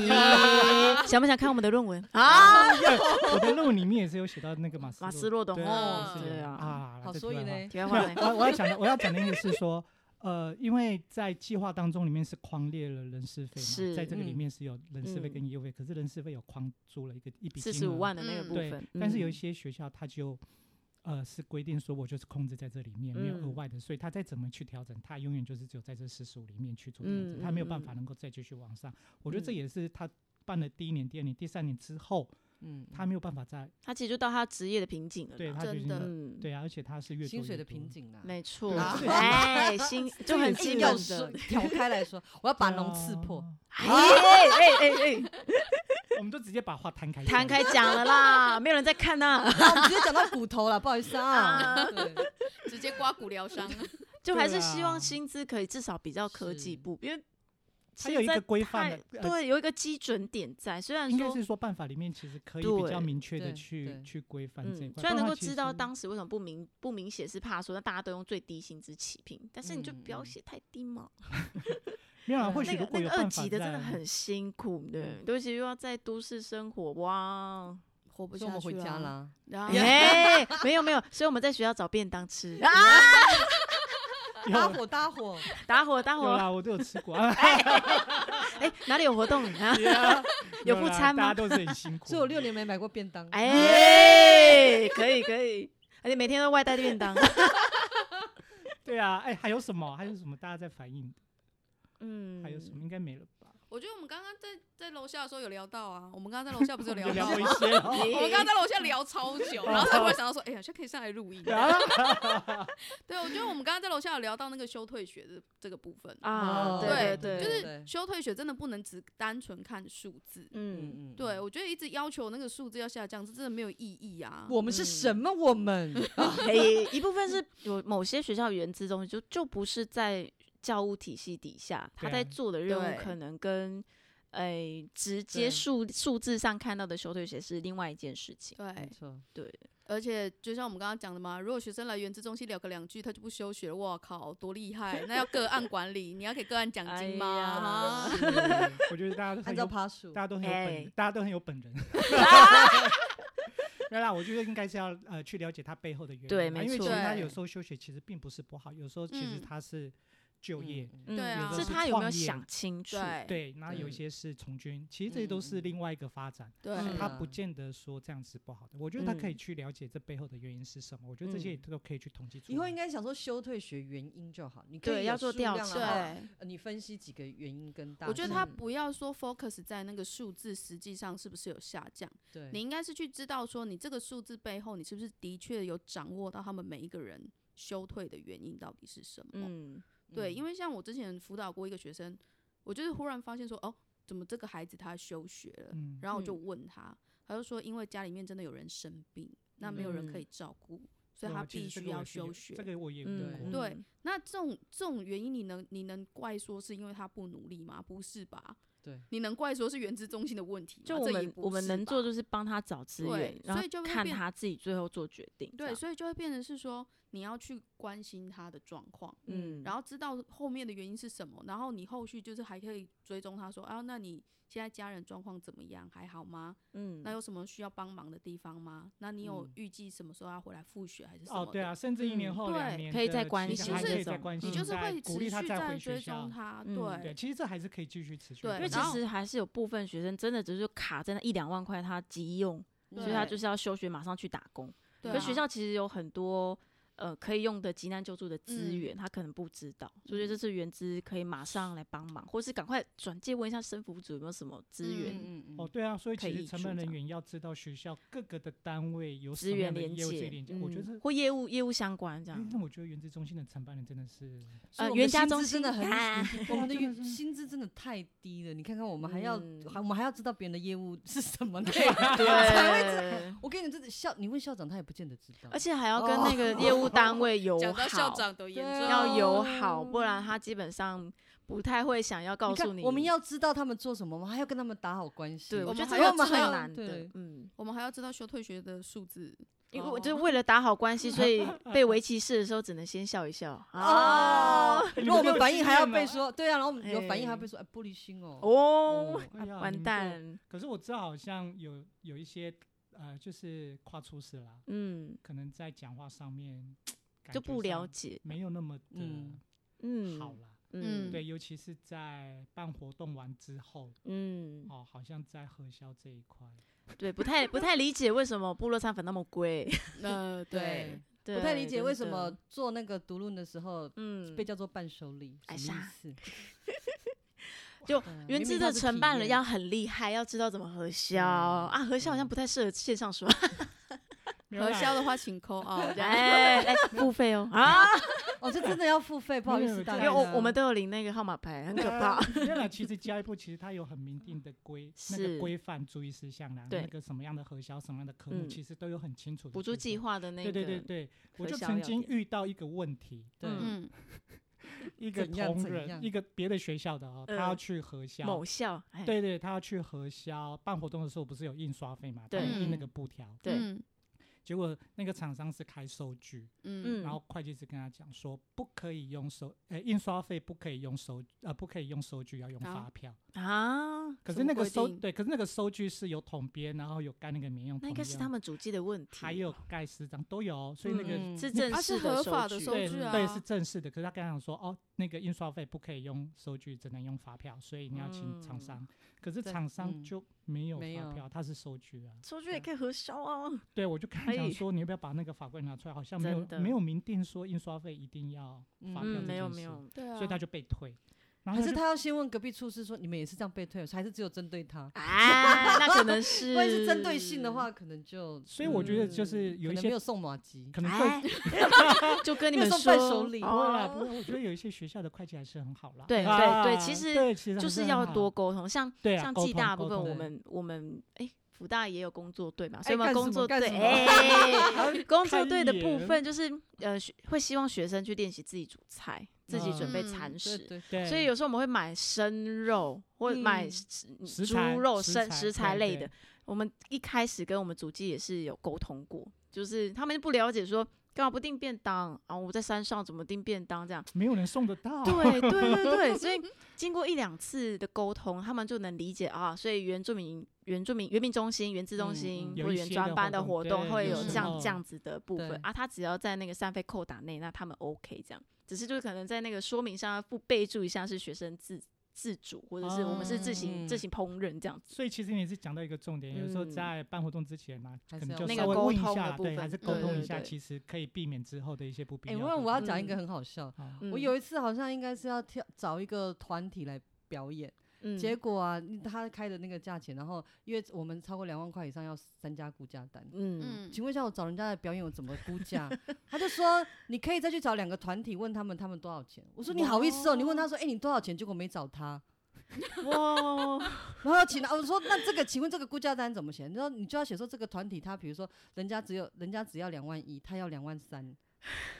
Speaker 3: 想不想看我们的论文啊？
Speaker 1: 我的论文里面也是有写到那个马斯
Speaker 3: 马斯洛的
Speaker 1: 对
Speaker 3: 哦
Speaker 1: 是有
Speaker 3: 对啊
Speaker 1: 啊，
Speaker 4: 好，
Speaker 1: 这
Speaker 4: 所以
Speaker 1: 题外话
Speaker 4: 呢，
Speaker 3: 题外
Speaker 1: 没有我我
Speaker 3: 话呢，
Speaker 1: 要讲的我要讲的意思是说，呃，因为在计划当中里面是框列了人事费
Speaker 3: 是
Speaker 1: 嘛，在这个里
Speaker 4: 嗯
Speaker 1: 面是有人事费
Speaker 3: 嗯
Speaker 1: 跟业务费，可是人事费有框住了一个一笔
Speaker 3: 四
Speaker 1: 金
Speaker 3: 十五
Speaker 1: 额
Speaker 3: 万的那个部
Speaker 1: 对
Speaker 3: 分，，
Speaker 1: 但是有一
Speaker 3: 嗯
Speaker 1: 些学校它就呃是规定说，我就是控制在这里面，没有额
Speaker 3: 嗯
Speaker 1: 外的，所以它再怎么去调整，它永远就是只有在这四十五里面去做调整，它没有办法
Speaker 3: 嗯嗯嗯
Speaker 1: 能够再继续往上。我觉得这
Speaker 3: 嗯
Speaker 1: 也是他办了第一年、第二年、第三年之后，
Speaker 4: 嗯，
Speaker 1: 他没有办法再
Speaker 3: 他其实就到他职业的瓶颈了
Speaker 1: 对
Speaker 3: 啦，
Speaker 1: 他就已
Speaker 2: 真的
Speaker 1: 经
Speaker 3: 嗯，
Speaker 1: 对啊，而且他是越
Speaker 4: 薪
Speaker 1: 做
Speaker 4: 水
Speaker 1: 越
Speaker 4: 的
Speaker 1: 多
Speaker 4: 瓶颈啦，啊
Speaker 3: 没错
Speaker 1: 对这，个
Speaker 3: 哎，心就
Speaker 1: 这个
Speaker 3: 很基
Speaker 1: 是
Speaker 4: 要
Speaker 3: 本
Speaker 4: 说
Speaker 3: 的，
Speaker 4: 挑开来说，我要把
Speaker 1: 啊
Speaker 4: 笼刺破。。
Speaker 3: 哎哎哎哎
Speaker 1: 对啊我们就直接把话 摊开
Speaker 3: 哎，
Speaker 1: 讲，
Speaker 3: 摊开讲了啦，没有人在看呐，
Speaker 4: 啊，我们直接讲到骨头了，不好意思啊。对
Speaker 2: 直接刮骨疗伤。
Speaker 3: 就还
Speaker 1: 对
Speaker 3: 是
Speaker 1: 啊
Speaker 3: 希望薪资可以至少比较科技
Speaker 4: 是
Speaker 3: 部，因为
Speaker 1: 它有一
Speaker 3: 现在
Speaker 1: 个规范
Speaker 3: 太
Speaker 1: 的呃
Speaker 3: 对，有一个基准点在，虽然
Speaker 1: 应该
Speaker 3: 说
Speaker 1: 是说办法里面其实可以比较
Speaker 3: 对
Speaker 1: 明确的
Speaker 4: 对
Speaker 1: 去
Speaker 4: 对
Speaker 1: 去规范这一
Speaker 3: 嗯，
Speaker 1: 块，
Speaker 3: 虽然
Speaker 1: 不它
Speaker 3: 能够
Speaker 1: 其
Speaker 3: 知道
Speaker 1: 实
Speaker 3: 当时为什么不明不明显是怕说大家都用最低薪资起评，但是你就
Speaker 4: 嗯
Speaker 3: 不要
Speaker 4: 嗯
Speaker 3: 写太低嘛。
Speaker 1: 没有啊，或
Speaker 3: 嗯那
Speaker 1: 许如
Speaker 3: 个
Speaker 1: 果
Speaker 3: 那
Speaker 1: 有
Speaker 3: 个二
Speaker 1: 办法
Speaker 3: 级的真的
Speaker 1: 在
Speaker 3: 很辛苦的，尤其又要在都市生活哇。
Speaker 2: 活不
Speaker 4: 所以我
Speaker 2: 下
Speaker 4: 们
Speaker 2: 去
Speaker 4: 回家
Speaker 2: 了。
Speaker 4: 啦。
Speaker 2: 然后
Speaker 3: 哎、没有没有，所以我们在学校找便 当吃啊，
Speaker 4: 搭火搭火，
Speaker 3: 打火打
Speaker 1: 有
Speaker 3: 火，
Speaker 1: 啦，我都有吃过 啊。
Speaker 3: 哎、哪里有活动啊？ 有
Speaker 1: 没
Speaker 3: 副
Speaker 1: 啦
Speaker 3: 餐
Speaker 1: 大家
Speaker 3: 吗
Speaker 1: 都是很辛苦。
Speaker 4: 所以我六年没买过便当。
Speaker 3: 哎、可以可以，而且每天都外带便当。
Speaker 1: 对啊，哎，还有什么？还有什么？大家在反映，
Speaker 3: 嗯，
Speaker 1: 还有什么？应该没了吧？
Speaker 2: 我觉得我们刚刚在在楼下的时候有聊到啊，我们刚刚在楼下不是有
Speaker 1: 就
Speaker 2: 聊
Speaker 1: 聊 哦
Speaker 2: 到
Speaker 1: 了一
Speaker 2: 吗？
Speaker 1: 些了。
Speaker 2: 哦我们刚刚在楼下聊超久，然后才会想到说，哎呀，好像可以上来录音。对，我觉得我们刚刚在楼下有聊到那个休退学的这个部分，
Speaker 3: 啊，
Speaker 4: 哦
Speaker 3: 对
Speaker 4: 对
Speaker 3: 对对，
Speaker 2: 就是
Speaker 4: 对
Speaker 2: 休退学真的不能只单纯看数字。
Speaker 3: 嗯，
Speaker 4: 嗯
Speaker 2: 对，我觉得一直要求那个数字要下降，这真的没有意义啊。
Speaker 4: 我们是什么？我们
Speaker 2: 嗯
Speaker 3: 嘿，一部分是有某些学校原资东西，就就不是在教务体系底下，他
Speaker 1: 对啊
Speaker 3: 在做的任务
Speaker 2: 对
Speaker 3: 可能跟。哎，直接
Speaker 4: 对
Speaker 3: 数数字上看到的休退学是另外一件事情。
Speaker 4: 没
Speaker 2: 对，
Speaker 4: 错，
Speaker 2: 而且就像我们刚刚讲的嘛，如果学生来原资中心聊个两句，他就不休学了，哇靠，多厉害！那要个案管理，你要给个案奖金
Speaker 3: 哎呀
Speaker 2: 吗？哈
Speaker 1: 我觉得大家都
Speaker 4: 按
Speaker 1: 很
Speaker 4: 照
Speaker 1: 有，
Speaker 4: 爬数
Speaker 1: 大，家都很有
Speaker 3: 哎
Speaker 1: 本，大家都很有本人。没有啦，我觉得应该是要呃去了解他背后的原因啊，
Speaker 3: 对没
Speaker 1: 因为其
Speaker 3: 错
Speaker 1: 实他
Speaker 2: 对
Speaker 1: 有时候休学其实并不是不好，有时候其实
Speaker 2: 嗯
Speaker 1: 他是就业，
Speaker 4: 嗯
Speaker 3: 嗯
Speaker 2: 对啊
Speaker 3: 是
Speaker 2: 是
Speaker 3: 他有没有
Speaker 1: 创业
Speaker 3: 想清楚？
Speaker 2: 对
Speaker 1: 对，那有一些是从军，其实这些都是
Speaker 4: 嗯嗯嗯
Speaker 1: 另外一个发展。
Speaker 2: 对，
Speaker 4: 是
Speaker 1: 他
Speaker 4: 啊
Speaker 1: 不见得说这样子不好的，我觉得他可以
Speaker 3: 嗯
Speaker 1: 去了解这背后的原因是什么。我觉得这些也
Speaker 3: 嗯
Speaker 1: 都可以去统计出来。
Speaker 4: 以后应该想说休退学原因就好，你可
Speaker 3: 对
Speaker 4: 以
Speaker 3: 要
Speaker 4: 有
Speaker 3: 做
Speaker 4: 数量
Speaker 3: 调
Speaker 4: 啊
Speaker 3: 查
Speaker 4: 然后
Speaker 2: 对。
Speaker 4: 呃你分析几个原因跟大致。
Speaker 2: 我觉得他
Speaker 3: 嗯
Speaker 2: 不要说 focus 在那个数字实际上是不是有下降，
Speaker 4: 对
Speaker 2: 你应该是去知道说你这个数字背后，你是不是的确有掌握到他们每一个人休退的原因到底是什么？
Speaker 3: 嗯，
Speaker 2: 对，因
Speaker 4: 为
Speaker 2: 为像我之前辅导过一个学生，我就是忽然发现说，哦，怎么这个孩子他休学了？
Speaker 1: 嗯，
Speaker 2: 然后我就
Speaker 3: 嗯
Speaker 2: 问他，他就说因为家里面真的有人生病，那没有人可
Speaker 3: 嗯
Speaker 2: 以照顾，所以
Speaker 1: 对
Speaker 2: 他
Speaker 1: 我其
Speaker 2: 必
Speaker 1: 实这
Speaker 2: 须
Speaker 1: 个我
Speaker 2: 要
Speaker 1: 也是有
Speaker 2: 休学。
Speaker 1: 这个我也有
Speaker 3: 嗯
Speaker 1: 过。
Speaker 2: 对那这种这种原因，你能你能怪说是因为他不努力吗？不是吧？
Speaker 4: 对，
Speaker 2: 你能怪说是原子中心的问题吗？
Speaker 3: 就我
Speaker 2: 啊这也
Speaker 3: 们
Speaker 2: 不
Speaker 3: 我们
Speaker 2: 是
Speaker 3: 能
Speaker 2: 吧
Speaker 3: 做就是帮他找资
Speaker 2: 对
Speaker 3: 源，然
Speaker 2: 所
Speaker 3: 后
Speaker 2: 以就会
Speaker 3: 看
Speaker 2: 变
Speaker 3: 他自己最后做决定。这
Speaker 2: 对，
Speaker 3: 样，
Speaker 2: 所以就会变成是说你要去关心他的状况，
Speaker 3: 嗯，
Speaker 2: 然后知道后面的原因是什么，然后你后续就是还可以追踪他说啊，那你现在家人状况怎么样？还好吗？
Speaker 3: 嗯，
Speaker 2: 那有什么需要帮忙的地方吗？那你有
Speaker 4: 嗯
Speaker 2: 预计什么时候要回来复学还是什么
Speaker 1: 哦，
Speaker 2: 的？
Speaker 1: 对啊，甚至一年
Speaker 3: 嗯
Speaker 1: 后、两
Speaker 2: 对
Speaker 1: 年
Speaker 3: 可以
Speaker 1: 的
Speaker 3: 再
Speaker 1: 期
Speaker 3: 关
Speaker 1: 间
Speaker 2: 心
Speaker 1: 还
Speaker 2: 这
Speaker 1: 可以再
Speaker 3: 种
Speaker 1: 关心，
Speaker 2: 你就是
Speaker 1: 再
Speaker 2: 会
Speaker 1: 鼓
Speaker 2: 持
Speaker 1: 励
Speaker 2: 续
Speaker 1: 他再
Speaker 2: 在
Speaker 1: 回学
Speaker 2: 追
Speaker 1: 校
Speaker 2: 踪。他，
Speaker 3: 嗯
Speaker 1: 对，
Speaker 2: 对
Speaker 1: 其实这还是可以继续持续
Speaker 2: 对
Speaker 1: 的。
Speaker 3: 因为其
Speaker 2: 然后
Speaker 3: 实还是有部分学生真的只是卡在那一两万块，嗯他急用，所以他
Speaker 2: 对
Speaker 3: 就是要休学，马上去打工。
Speaker 2: 对
Speaker 3: 可
Speaker 2: 啊
Speaker 3: 学校其实有很多呃可以用的急难救助的资
Speaker 2: 嗯
Speaker 3: 源，他可能不知道，所以这次原资可以马上来帮忙，或是赶快转介问一下生辅组有没有什么资源。
Speaker 4: 嗯嗯
Speaker 1: 哦，对啊，所以
Speaker 3: 可以
Speaker 1: 其实
Speaker 3: 挹
Speaker 1: 承
Speaker 3: 注
Speaker 1: 办
Speaker 3: 这
Speaker 1: 人
Speaker 3: 样
Speaker 1: 员要知道学校各个的单位有什
Speaker 3: 资
Speaker 1: 么
Speaker 3: 源
Speaker 1: 样的
Speaker 3: 连
Speaker 1: 业务资
Speaker 3: 接
Speaker 1: 源连接，我觉得嗯
Speaker 3: 嗯
Speaker 1: 这。
Speaker 3: 或业务业务相关这
Speaker 1: 因为
Speaker 3: 样，
Speaker 1: 那我觉得原子中心的承办人真的是，
Speaker 4: 所
Speaker 2: 啊
Speaker 4: 以
Speaker 3: 呃
Speaker 4: 我们
Speaker 3: 原
Speaker 4: 的
Speaker 3: 家
Speaker 4: 薪
Speaker 3: 中
Speaker 4: 资真的
Speaker 3: 心
Speaker 4: 很
Speaker 3: 啊
Speaker 4: 低，我们的
Speaker 1: 对啊
Speaker 4: 原
Speaker 1: 真的是
Speaker 4: 薪资真的太低了。你看看，我们还要
Speaker 3: 嗯
Speaker 4: 还我们还要知道别人的业务是什么内容。
Speaker 3: 对，
Speaker 4: 我跟你讲，这校你问校长，他也不见得知道。
Speaker 3: 而且还要跟那个业务单位友
Speaker 2: 讲到校
Speaker 3: 好，
Speaker 2: 长都严
Speaker 4: 对
Speaker 2: 重，
Speaker 4: 啊
Speaker 3: 要友好，不然他基本上不太会想要告
Speaker 4: 你看
Speaker 3: 哦诉你。
Speaker 4: 我们要知道他们做什么，我们还要跟他们打好关系。
Speaker 3: 对，我
Speaker 2: 我
Speaker 3: 觉得
Speaker 2: 们还
Speaker 3: 这
Speaker 2: 要
Speaker 3: 个
Speaker 2: 知
Speaker 3: 很
Speaker 2: 道
Speaker 3: 难的
Speaker 4: 对，
Speaker 3: 嗯，
Speaker 2: 我们还要知道休退学的数字。
Speaker 3: 因为我就是
Speaker 2: 哦
Speaker 3: 为了打好关系，所以被围棋士的时候只能先笑一笑 啊
Speaker 4: 哦， 如果我们反应还要被说，对啊，然后我们有反应还要被说，哎，玻璃心哦。
Speaker 3: 哦，
Speaker 1: 哎呀
Speaker 3: 完。
Speaker 1: 你们
Speaker 3: 蛋，
Speaker 1: 就可是我知道好像有有一些呃，就是跨出式啦，
Speaker 3: 嗯，
Speaker 1: 可能在讲话上面感
Speaker 3: 就
Speaker 1: 觉
Speaker 3: 不了
Speaker 1: 上
Speaker 3: 解，
Speaker 1: 没有那么
Speaker 4: 嗯
Speaker 1: 的
Speaker 3: 嗯，
Speaker 1: 好啦。
Speaker 3: 嗯，
Speaker 1: 对，尤其是在办活动完之后，
Speaker 3: 嗯，
Speaker 1: 哦，好像在核销这一块，
Speaker 3: 对，不太不太理解为什么部落餐粉那么贵，
Speaker 2: 呃，对，，
Speaker 3: 对，
Speaker 4: 不太理解
Speaker 3: 真
Speaker 4: 为什
Speaker 3: 的
Speaker 4: 么，做那个读论的时候
Speaker 3: 嗯，
Speaker 4: 被叫做伴手礼，
Speaker 3: 哎
Speaker 4: 什么
Speaker 3: 啥
Speaker 4: 意思？
Speaker 3: 就
Speaker 4: 对啊
Speaker 3: 原
Speaker 4: 明
Speaker 3: 知
Speaker 4: 明它
Speaker 3: 的
Speaker 4: 是
Speaker 3: 承
Speaker 4: 体
Speaker 3: 办人
Speaker 4: 验
Speaker 3: 要很厉害，要知道怎么核销啊，核销好像不太适合线上说，
Speaker 1: 没有
Speaker 2: 核
Speaker 1: 啦
Speaker 2: 销的话请扣啊，这样
Speaker 3: 哎哎，付哦费哦啊，
Speaker 4: 哦，这真的要付 费，不好意
Speaker 1: 没有
Speaker 4: 思，大
Speaker 3: 因
Speaker 4: 家。
Speaker 3: 为我我们都有领那个号码牌，很可怕，
Speaker 1: 原来其实教育部其实它有很明定的 规那
Speaker 3: 是
Speaker 1: 个规范注意事项啦，
Speaker 3: 对
Speaker 1: 那个什么样的核销、什么样的科目，
Speaker 3: 嗯
Speaker 1: 其实都有很清楚的
Speaker 3: 补
Speaker 1: 区
Speaker 3: 助
Speaker 1: 分
Speaker 3: 计。划的那个，
Speaker 1: 对对对对，我
Speaker 3: 核
Speaker 1: 就
Speaker 3: 销
Speaker 1: 曾
Speaker 3: 要
Speaker 1: 经
Speaker 3: 点
Speaker 1: 遇到一个问题，
Speaker 4: 对
Speaker 3: 嗯
Speaker 2: 嗯，
Speaker 1: 一个
Speaker 4: 怎样
Speaker 1: 同
Speaker 4: 怎样
Speaker 1: 仁，一个别的学校的哦，他
Speaker 3: 呃
Speaker 1: 要去核销，
Speaker 3: 某校，哎
Speaker 1: 对对，他要去核销办活动的时候，不是有印刷费嘛？他
Speaker 3: 对
Speaker 1: 们印那
Speaker 2: 嗯
Speaker 1: 个布条，
Speaker 3: 对
Speaker 2: 嗯
Speaker 1: 结果那个厂商是开收据，
Speaker 3: 嗯，
Speaker 2: 嗯
Speaker 1: 然后会计师跟他讲说，不可以用收，呃，印刷费不可以用收，呃，不可以用收据，要用
Speaker 2: 啊
Speaker 1: 发票。
Speaker 3: 啊，
Speaker 1: 可
Speaker 2: 什
Speaker 1: 是
Speaker 2: 么
Speaker 1: 那个
Speaker 2: 规
Speaker 1: 收
Speaker 2: 定
Speaker 1: 对，可是那个收据是有统编，然后有盖那个民用
Speaker 3: 那
Speaker 1: 统
Speaker 3: 应该是他
Speaker 1: 用，
Speaker 3: 们主机的问题，
Speaker 1: 还有盖私章都有哦，所以那个。
Speaker 4: 嗯
Speaker 3: 是
Speaker 1: 你
Speaker 3: 正
Speaker 2: 它
Speaker 3: 式
Speaker 2: 是合法
Speaker 3: 收
Speaker 2: 的
Speaker 3: 据
Speaker 2: 收
Speaker 1: 对
Speaker 2: 据啊
Speaker 1: 对是正式的，可是他跟他讲说，哦，那个印刷费不可以用收据，只能用发票，所以你要请厂
Speaker 3: 嗯
Speaker 1: 商。可是
Speaker 4: 对
Speaker 1: 厂商
Speaker 4: 嗯
Speaker 1: 就没有
Speaker 4: 没
Speaker 1: 发
Speaker 4: 有
Speaker 1: 票，他是收据啊。
Speaker 3: 收据也可以核销啊，
Speaker 1: 对，我就跟他
Speaker 3: 可
Speaker 1: 讲
Speaker 3: 以
Speaker 1: 说，你要不要把那个法规拿出来？好像没
Speaker 3: 真的
Speaker 1: 有没有明定说印刷费一定啊要发票
Speaker 4: 嗯
Speaker 1: 这
Speaker 3: 嗯，没有
Speaker 1: 件
Speaker 3: 没
Speaker 1: 事，
Speaker 3: 有，
Speaker 2: 对啊，
Speaker 1: 所以他就被退。然后
Speaker 4: 可是
Speaker 1: 就
Speaker 4: 他要先问隔壁处室说，你们也是这样被退，还是只有针对他？
Speaker 3: 啊，那可能是，
Speaker 4: 如果是针对性的，话，可能就
Speaker 1: 嗯所以我觉得就
Speaker 3: 嗯
Speaker 1: 是有一
Speaker 4: 可能没
Speaker 1: 些
Speaker 4: 有送马吉，
Speaker 1: 可能
Speaker 3: 哎
Speaker 1: 会，
Speaker 3: 就跟你
Speaker 4: 没
Speaker 3: 们
Speaker 4: 有送
Speaker 3: 说
Speaker 4: 伴手礼
Speaker 1: 不会啦，
Speaker 3: 哦
Speaker 1: 不会。我觉得有一些学校的会计还是很好啦。
Speaker 3: 对
Speaker 1: 啊
Speaker 3: 对对其实
Speaker 1: 对其实还
Speaker 3: 就是
Speaker 1: 很
Speaker 3: 要
Speaker 1: 好
Speaker 3: 多沟通，像
Speaker 1: 对啊，
Speaker 3: 像
Speaker 1: 沟
Speaker 3: 暨
Speaker 1: 通
Speaker 3: 大部
Speaker 1: 沟通
Speaker 3: 分，我
Speaker 4: 对
Speaker 3: 们我们哎，福大也有工作队嘛，所以我们
Speaker 4: 哎干什
Speaker 3: 工
Speaker 4: 么
Speaker 3: 作
Speaker 4: 干
Speaker 3: 队，
Speaker 4: 什么
Speaker 3: 哎，工作
Speaker 1: 看
Speaker 3: 队的
Speaker 1: 一
Speaker 3: 部
Speaker 1: 眼
Speaker 3: 分就是呃，学会希望学生去练习自己煮菜，自己准备
Speaker 2: 嗯
Speaker 3: 餐
Speaker 4: 对
Speaker 3: 食，
Speaker 4: 对
Speaker 1: 对，
Speaker 3: 所以有时候我们会买生肉，或者买
Speaker 4: 嗯
Speaker 3: 食
Speaker 1: 食
Speaker 3: 猪
Speaker 1: 材
Speaker 3: 肉、
Speaker 1: 食
Speaker 3: 生
Speaker 1: 材
Speaker 3: 食材
Speaker 1: 对
Speaker 3: 类的。我们一开始跟我们主机也是有沟通过，就是他们不了解说干嘛不订便当啊？我在山上怎么订便当这样？
Speaker 1: 没有人送得到。
Speaker 3: 对对对对， 所以经过一两次的沟通，他们就能理解啊。所以原住民、原住民、原民中心、原自中
Speaker 4: 嗯
Speaker 3: 心、
Speaker 1: 有
Speaker 3: 或
Speaker 1: 一
Speaker 3: 原
Speaker 1: 些
Speaker 3: 专
Speaker 1: 的
Speaker 3: 班
Speaker 1: 活
Speaker 3: 的
Speaker 1: 动
Speaker 3: 活动
Speaker 1: 对
Speaker 3: 会
Speaker 2: 有
Speaker 3: 有
Speaker 2: 时
Speaker 3: 这样
Speaker 1: 候
Speaker 3: 这样子的部分
Speaker 4: 对
Speaker 3: 啊。他只要在那个三费扣打内，那他们 OK 这样。只是就是可能在那个说明上要附备注一下是学生自自主，或者是我们是自行、自
Speaker 4: 嗯
Speaker 3: 行烹饪这样子。
Speaker 1: 所以其实你也是讲到一个重点，有时候
Speaker 3: 嗯
Speaker 1: 在办活动之前呢，
Speaker 4: 还
Speaker 1: 可
Speaker 4: 是
Speaker 1: 能
Speaker 4: 要
Speaker 1: 就
Speaker 3: 那
Speaker 1: 稍
Speaker 3: 个
Speaker 1: 微
Speaker 3: 沟
Speaker 1: 问一
Speaker 3: 通的
Speaker 1: 下，
Speaker 3: 部
Speaker 4: 啊
Speaker 1: 对，还
Speaker 3: 分
Speaker 1: 是沟
Speaker 3: 对
Speaker 1: 通
Speaker 3: 对
Speaker 1: 一下，
Speaker 3: 对
Speaker 1: 其实可以避免之后的一些不必
Speaker 4: 哎，
Speaker 1: 要的
Speaker 4: 我
Speaker 1: 东西。
Speaker 4: 我要讲一个
Speaker 3: 嗯
Speaker 4: 很好笑，
Speaker 1: 啊
Speaker 3: 嗯、
Speaker 4: 我有一次好像应该是要跳找一个团体来表演，
Speaker 3: 嗯
Speaker 4: 结果啊，他开的那个价钱，然后因为我们超过两万块以上要三家估价单，
Speaker 3: 嗯
Speaker 2: 嗯
Speaker 4: 请问一下，我找人家的表演我怎么估价？他就说你可以再去找两个团体，问他们他们多少钱。我说你好意思哦，你问他说，哎、你多少钱？结果没找他，
Speaker 3: 哇
Speaker 4: 然后请他，我说那这个，请问这个估价单怎么写？然后你就要写说这个团体他比如说人家只有人家只要两万一，他要两 万三，